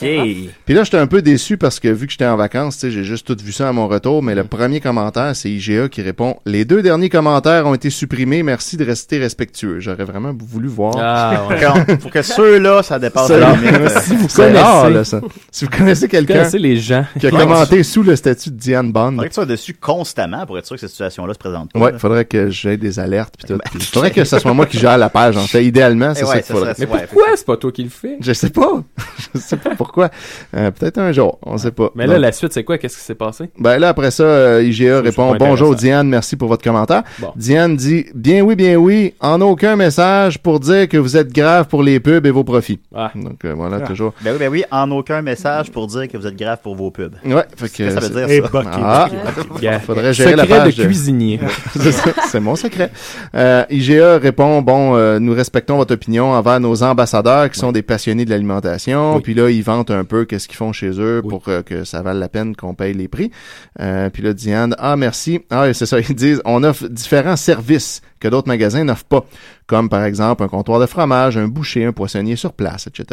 Speaker 6: Puis là, j'étais un peu déçu parce que vu que j'étais en vacances, tu sais, j'ai juste tout vu ça à mon retour, mais le premier commentaire, c'est IGA qui répond Les deux derniers commentaires ont été supprimés, merci de rester respectueux. J'aurais vraiment voulu voir.
Speaker 5: Ah, ouais. Quand- pour que ceux-là, ça dépasse la limite.
Speaker 6: si vous
Speaker 5: C'est
Speaker 6: connaissez,
Speaker 5: rare, là, ça.
Speaker 6: ça. Si vous connaissez quelqu'un
Speaker 5: Connaissez les gens.
Speaker 6: qui a
Speaker 5: Non,
Speaker 6: commenté sous le statut de Diane Bond,
Speaker 5: Faudrait que tu sois dessus constamment pour être sûr que cette situation-là se présente pas.
Speaker 6: ouais,
Speaker 5: là.
Speaker 6: faudrait que j'aie des alertes puis tout. Faudrait faudrait que ce soit moi qui gère la page, en fait. Idéalement, c'est
Speaker 15: Et ouais,
Speaker 6: ça qu'il
Speaker 15: ça
Speaker 6: faudrait.
Speaker 15: serait- Mais ouais, Ah. pourquoi c'est pas toi qui le fais?
Speaker 6: Je sais pas. je sais pas pourquoi. Euh, Peut-être un jour, on sait pas.
Speaker 15: Mais là,
Speaker 6: Donc,
Speaker 15: la suite, c'est quoi? Qu'est-ce qui s'est passé?
Speaker 6: Ben là, après ça, euh, IGA répond
Speaker 15: pas
Speaker 6: Bonjour Diane, merci pour votre commentaire.
Speaker 15: Bon.
Speaker 6: Diane dit Bien oui, bien oui, en aucun message pour dire que vous êtes grave pour les pubs et vos profits.
Speaker 5: Ah.
Speaker 6: Donc euh, voilà, toujours.
Speaker 5: Ben oui, ben oui, en aucun message pour dire que vous êtes grave pour vos pubs.
Speaker 6: Ouais, fait
Speaker 5: Qu'est-ce que ça veut
Speaker 6: c'est-
Speaker 5: dire ça?
Speaker 6: Ah, faudrait gérer la
Speaker 5: Secret de
Speaker 6: page
Speaker 5: cuisinier.
Speaker 6: c'est ça, c'est mon secret. Euh, IGA répond bon, euh, nous respectons votre opinion envers nos ambassadeurs qui sont des passionnés de l'alimentation. Puis là, ils vantent un peu qu'est-ce qu'ils font chez eux pour euh, que ça vale la peine qu'on paye les prix. Euh, puis là, Diane, ah merci. Ah, et c'est ça, ils disent on offre différents services que d'autres magasins n'offrent pas, comme par exemple un comptoir de fromage, un boucher, un poissonnier sur place, etc.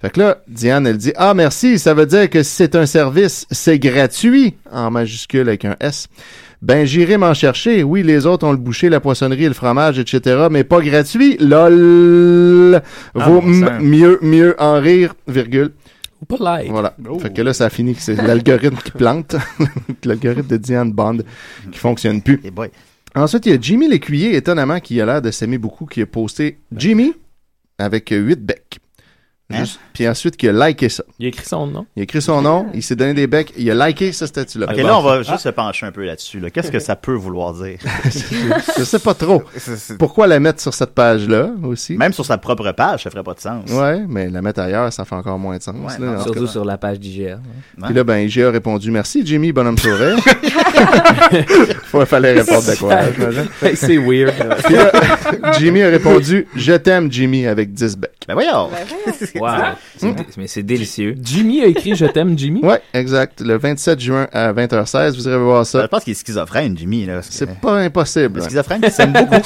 Speaker 6: Fait que là, Diane, elle dit Ah, merci, ça veut dire que si c'est un service, c'est gratuit, en majuscule avec un S. Ben, j'irai m'en chercher. Oui, les autres ont le boucher, la poissonnerie, et le fromage, etc., mais pas gratuit. LOL.
Speaker 15: Ah,
Speaker 6: Vaut
Speaker 15: bon
Speaker 6: m-
Speaker 15: sang.
Speaker 6: mieux, mieux en rire, virgule.
Speaker 15: Ou pas like.
Speaker 6: Voilà. Fait que là, ça finit que c'est l'algorithme qui plante. l'algorithme de Diane Bond qui fonctionne plus. Ensuite, il y a Jimmy Lécuyer, étonnamment, qui a l'air de s'aimer beaucoup, qui a posté Jimmy avec 8 becs.
Speaker 5: Hein?
Speaker 6: Juste- Puis ensuite, qui a liké ça.
Speaker 15: Il a écrit son nom.
Speaker 6: Il a écrit son nom, il s'est donné des becs, il a liké ce statut-là.
Speaker 5: Ok, là, on va juste se pencher un peu là-dessus. là. Qu'est-ce que ça peut vouloir dire?
Speaker 6: Je sais pas trop. Pourquoi la mettre sur cette page-là aussi?
Speaker 5: Même sur sa propre page, ça ferait pas de sens.
Speaker 6: Ouais, mais la mettre ailleurs, ça fait encore moins de sens.
Speaker 5: Ouais, non,
Speaker 6: là, en tout
Speaker 10: Surtout
Speaker 6: cas.
Speaker 10: sur la page d'IGL.
Speaker 6: Puis là, ben, IGA a répondu Merci, Jimmy, bonhomme sourire. Il fallait répondre de quoi,
Speaker 15: Ça-
Speaker 6: j'imagine.
Speaker 15: Hey, c'est weird.
Speaker 6: Puis là, Jimmy a répondu Je t'aime, Jimmy, avec 10 becs. Ben
Speaker 5: voyons.
Speaker 10: Wow. C'est dé- Mais c'est délicieux.
Speaker 6: Jimmy a écrit Je t'aime, Jimmy. Ouais, exact. Le 27 juin à 20h16, vous irez voir ça.
Speaker 5: Ben, Je pense qu'il est schizophrène, Jimmy. Là, c'est
Speaker 6: pas impossible.
Speaker 5: Le schizophrène, il s'aime beaucoup.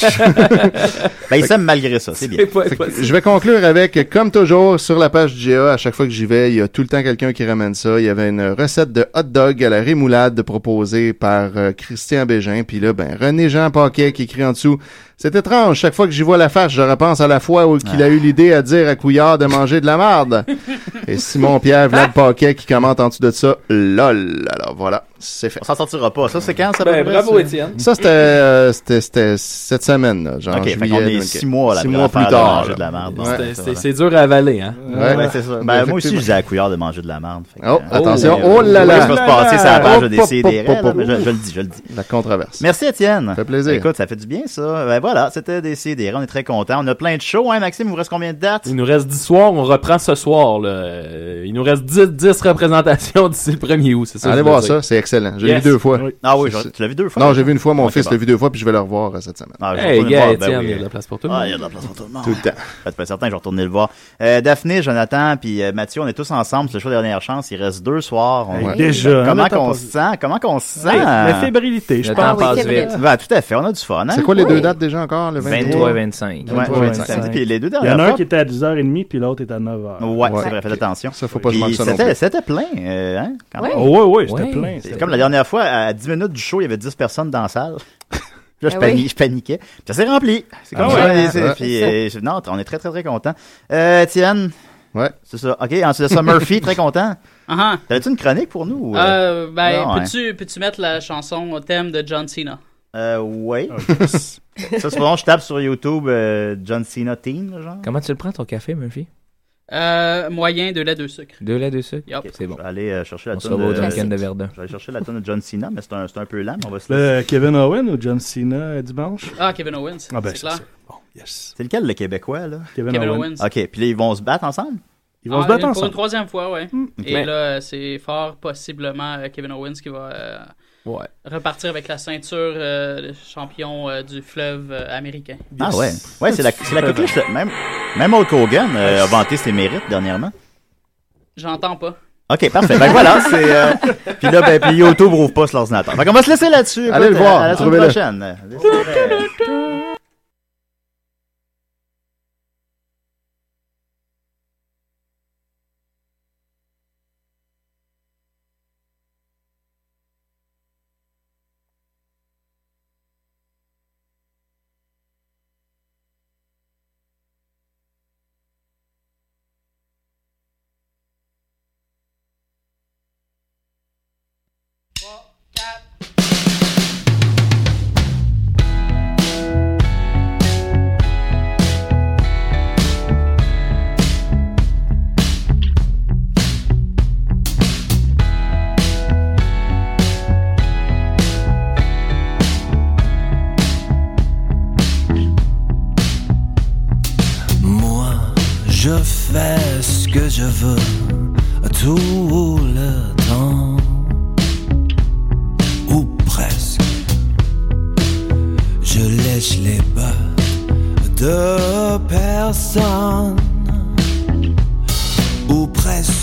Speaker 5: ben, il s'aime malgré ça, c'est bien.
Speaker 6: Fait que Je vais conclure avec, comme toujours, sur la page GA, à chaque fois que j'y vais, il y a tout le temps quelqu'un qui ramène ça. Il y avait une recette de hot dog à la rémoulade proposée par euh, Christian Bégin. Puis là, ben, René-Jean Paquet qui écrit en dessous. C'est étrange, chaque fois que j'y vois la face, je repense à la fois où qu'il a eu l'idée à dire à Couillard de manger de la marde. Et Simon-Pierre Vlad Paquet qui commente en dessous de ça, lol. Alors voilà, c'est fait.
Speaker 5: On s'en sortira pas. Ça, c'est quand, ça? à peu
Speaker 6: Ben,
Speaker 5: près,
Speaker 6: bravo,
Speaker 5: ça?
Speaker 6: Étienne. Ça, c'était, euh, c'était, c'était cette semaine, là, genre
Speaker 5: Ok, fait
Speaker 6: juillet,
Speaker 5: qu'on est
Speaker 6: donc,
Speaker 5: six mois, là,
Speaker 6: six
Speaker 5: après
Speaker 6: mois
Speaker 5: l'affaire
Speaker 6: plus
Speaker 5: de
Speaker 6: tard.
Speaker 5: manger de la merde. Bon,
Speaker 6: Ouais.
Speaker 5: c'est- c'est-
Speaker 15: C'est dur à avaler, hein?
Speaker 6: Ouais.
Speaker 5: Ouais, c'est ça. Ben, moi aussi, je disais à Couillard de manger de la merde. Fait que,
Speaker 6: Oh,
Speaker 5: euh,
Speaker 6: attention.
Speaker 5: euh,
Speaker 6: Oh là là.
Speaker 5: qu'est-ce qui va se passer sur la page
Speaker 6: Oh,
Speaker 5: des
Speaker 6: pop,
Speaker 5: CDR,
Speaker 6: pop, pop,
Speaker 5: là? Mais je-
Speaker 6: pop.
Speaker 5: je le dis, je le dis.
Speaker 6: La controverse.
Speaker 5: Merci, Étienne. Ça fait
Speaker 6: plaisir.
Speaker 5: Écoute, ça fait du bien, ça. Ben voilà, c'était des CDR. On est très contents. On a plein de shows, hein, Maxime? Il vous reste combien de dates?
Speaker 15: Il nous reste 10 soirs, on reprend ce soir. Là. Euh, Il nous reste 10, 10 représentations d'ici le 1er août, c'est ça? que
Speaker 6: Allez
Speaker 15: je voulais
Speaker 6: voir
Speaker 15: dire.
Speaker 6: ça, c'est excellent. Je l'ai
Speaker 15: Yes.
Speaker 6: vu deux fois.
Speaker 5: Ah oui,
Speaker 6: C'est-
Speaker 5: je- tu l'as vu deux fois?
Speaker 6: Non, j'ai vu une fois, mon
Speaker 5: Ok, bah.
Speaker 6: fils
Speaker 5: bon.
Speaker 6: l'a vu deux fois, puis je vais le revoir euh, cette semaine.
Speaker 5: Ah, je vais
Speaker 15: Hey,
Speaker 5: retourner
Speaker 15: gars,
Speaker 5: le voir, ben
Speaker 15: Étienne,
Speaker 5: oui.
Speaker 15: il y a de la place pour tout le
Speaker 5: Ah,
Speaker 15: monde.
Speaker 5: il y a de la place pour tout le monde.
Speaker 6: Tout le temps.
Speaker 5: Faites pas certain, je vais retourner le voir. Euh, Daphné, Jonathan, puis euh, Mathieu, on est tous ensemble. C'est le show Dernière Chance. Il reste deux soirs. On-
Speaker 16: Ouais. Déjà,
Speaker 5: Comment
Speaker 16: hein,
Speaker 5: qu'on
Speaker 16: t'as
Speaker 5: se sent? Comment qu'on se sent?
Speaker 16: Hey, la fébrilité, je Le pense. temps passe vite.
Speaker 5: Ben, tout à fait, on a du fun. hein?
Speaker 6: C'est quoi les deux
Speaker 5: Oui.
Speaker 6: dates déjà encore? Le
Speaker 10: 23
Speaker 6: 23
Speaker 10: et 25.
Speaker 5: Ouais,
Speaker 6: 23,
Speaker 5: ouais,
Speaker 6: 25.
Speaker 5: samedi, puis les deux
Speaker 16: Il y en
Speaker 5: dernières
Speaker 16: a un
Speaker 5: fois.
Speaker 16: qui était à 10h30 puis l'autre est à 9h.
Speaker 5: Ah, Ouais, c'est vrai, faites attention.
Speaker 6: Ça, faut
Speaker 16: pas que je
Speaker 5: Puis
Speaker 16: manque ça non
Speaker 5: c'était-
Speaker 16: plus.
Speaker 5: C'était plein, euh, hein? quand
Speaker 16: Ouais.
Speaker 5: même.
Speaker 16: Oh, ouais, ouais, c'était Ouais. plein,
Speaker 5: C'est
Speaker 16: c'était
Speaker 5: comme la dernière fois, à 10 minutes du show, il y avait 10 personnes dans la salle. Puis Là, je,
Speaker 16: Ah oui.
Speaker 5: pani- je paniquais. Puis ça s'est rempli. C'est
Speaker 16: Ah
Speaker 5: comme
Speaker 16: ouais.
Speaker 5: ça,
Speaker 16: Ouais,
Speaker 5: c'est-
Speaker 16: ouais.
Speaker 5: puis, euh, je- non, on est très, très, très contents. Euh, Étienne?
Speaker 6: Ouais.
Speaker 5: C'est ça. OK, ensuite de ça, Murphy, très content.
Speaker 16: Uh-huh.
Speaker 11: Ah
Speaker 5: T'avais-tu une chronique pour nous? ou,
Speaker 11: Euh, ben,
Speaker 5: non, hein?
Speaker 11: peux-tu, peux-tu mettre la chanson au thème de John Cena?
Speaker 5: Euh, ouais. ça, souvent, je tape sur YouTube euh, John Cena Team, là, genre.
Speaker 10: Comment tu le prends ton café, Murphy?
Speaker 11: Euh, moyen de lait de sucre.
Speaker 10: Deux laits, deux sucres?
Speaker 11: Yup.
Speaker 10: C'est bon.
Speaker 5: Allez euh, chercher la
Speaker 10: On se
Speaker 5: toune
Speaker 10: revoit au
Speaker 5: de-
Speaker 10: Dunkin' de Verdun.
Speaker 5: J'allais chercher la tonne de John Cena, mais c'est un, c'est un peu lent, mais on va se
Speaker 16: Le Kevin Owen ou John Cena euh, dimanche?
Speaker 11: Ah, Kevin Owens,
Speaker 16: Ah ben,
Speaker 11: c'est
Speaker 16: c'est
Speaker 11: clair.
Speaker 16: ça.
Speaker 5: C'est lequel le Québécois, là
Speaker 16: Kevin Kevin Owens. Owens.
Speaker 5: OK, puis là, ils vont se battre ensemble
Speaker 16: Ils
Speaker 11: Ah, une- Pour une troisième fois, ouais. Et
Speaker 5: Mais-
Speaker 11: là, euh, c'est fort possiblement euh, Kevin Owens qui va euh,
Speaker 15: Ouais.
Speaker 11: repartir avec la ceinture euh, de champion euh, du fleuve euh, américain.
Speaker 5: Ah ouais. Ouais, c'est la, c'est la coqueluche. là. Même, même Hulk Hogan euh, a vanté ses mérites dernièrement.
Speaker 11: J'entends pas.
Speaker 5: OK, parfait. Ben voilà, c'est. euh, Puis là, ben, puis YouTube ouvre pas sur l'ordinateur. Fait qu'on va se laisser là-dessus.
Speaker 6: Allez
Speaker 5: Écoute,
Speaker 6: le voir,
Speaker 5: à la semaine
Speaker 6: trouvez-le.
Speaker 5: prochaine.
Speaker 17: je veux tout le temps, ou presque. Je lèche les bottes de personne, ou presque.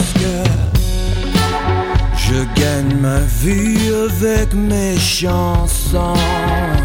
Speaker 17: Je gagne ma vie avec mes chansons. Oh,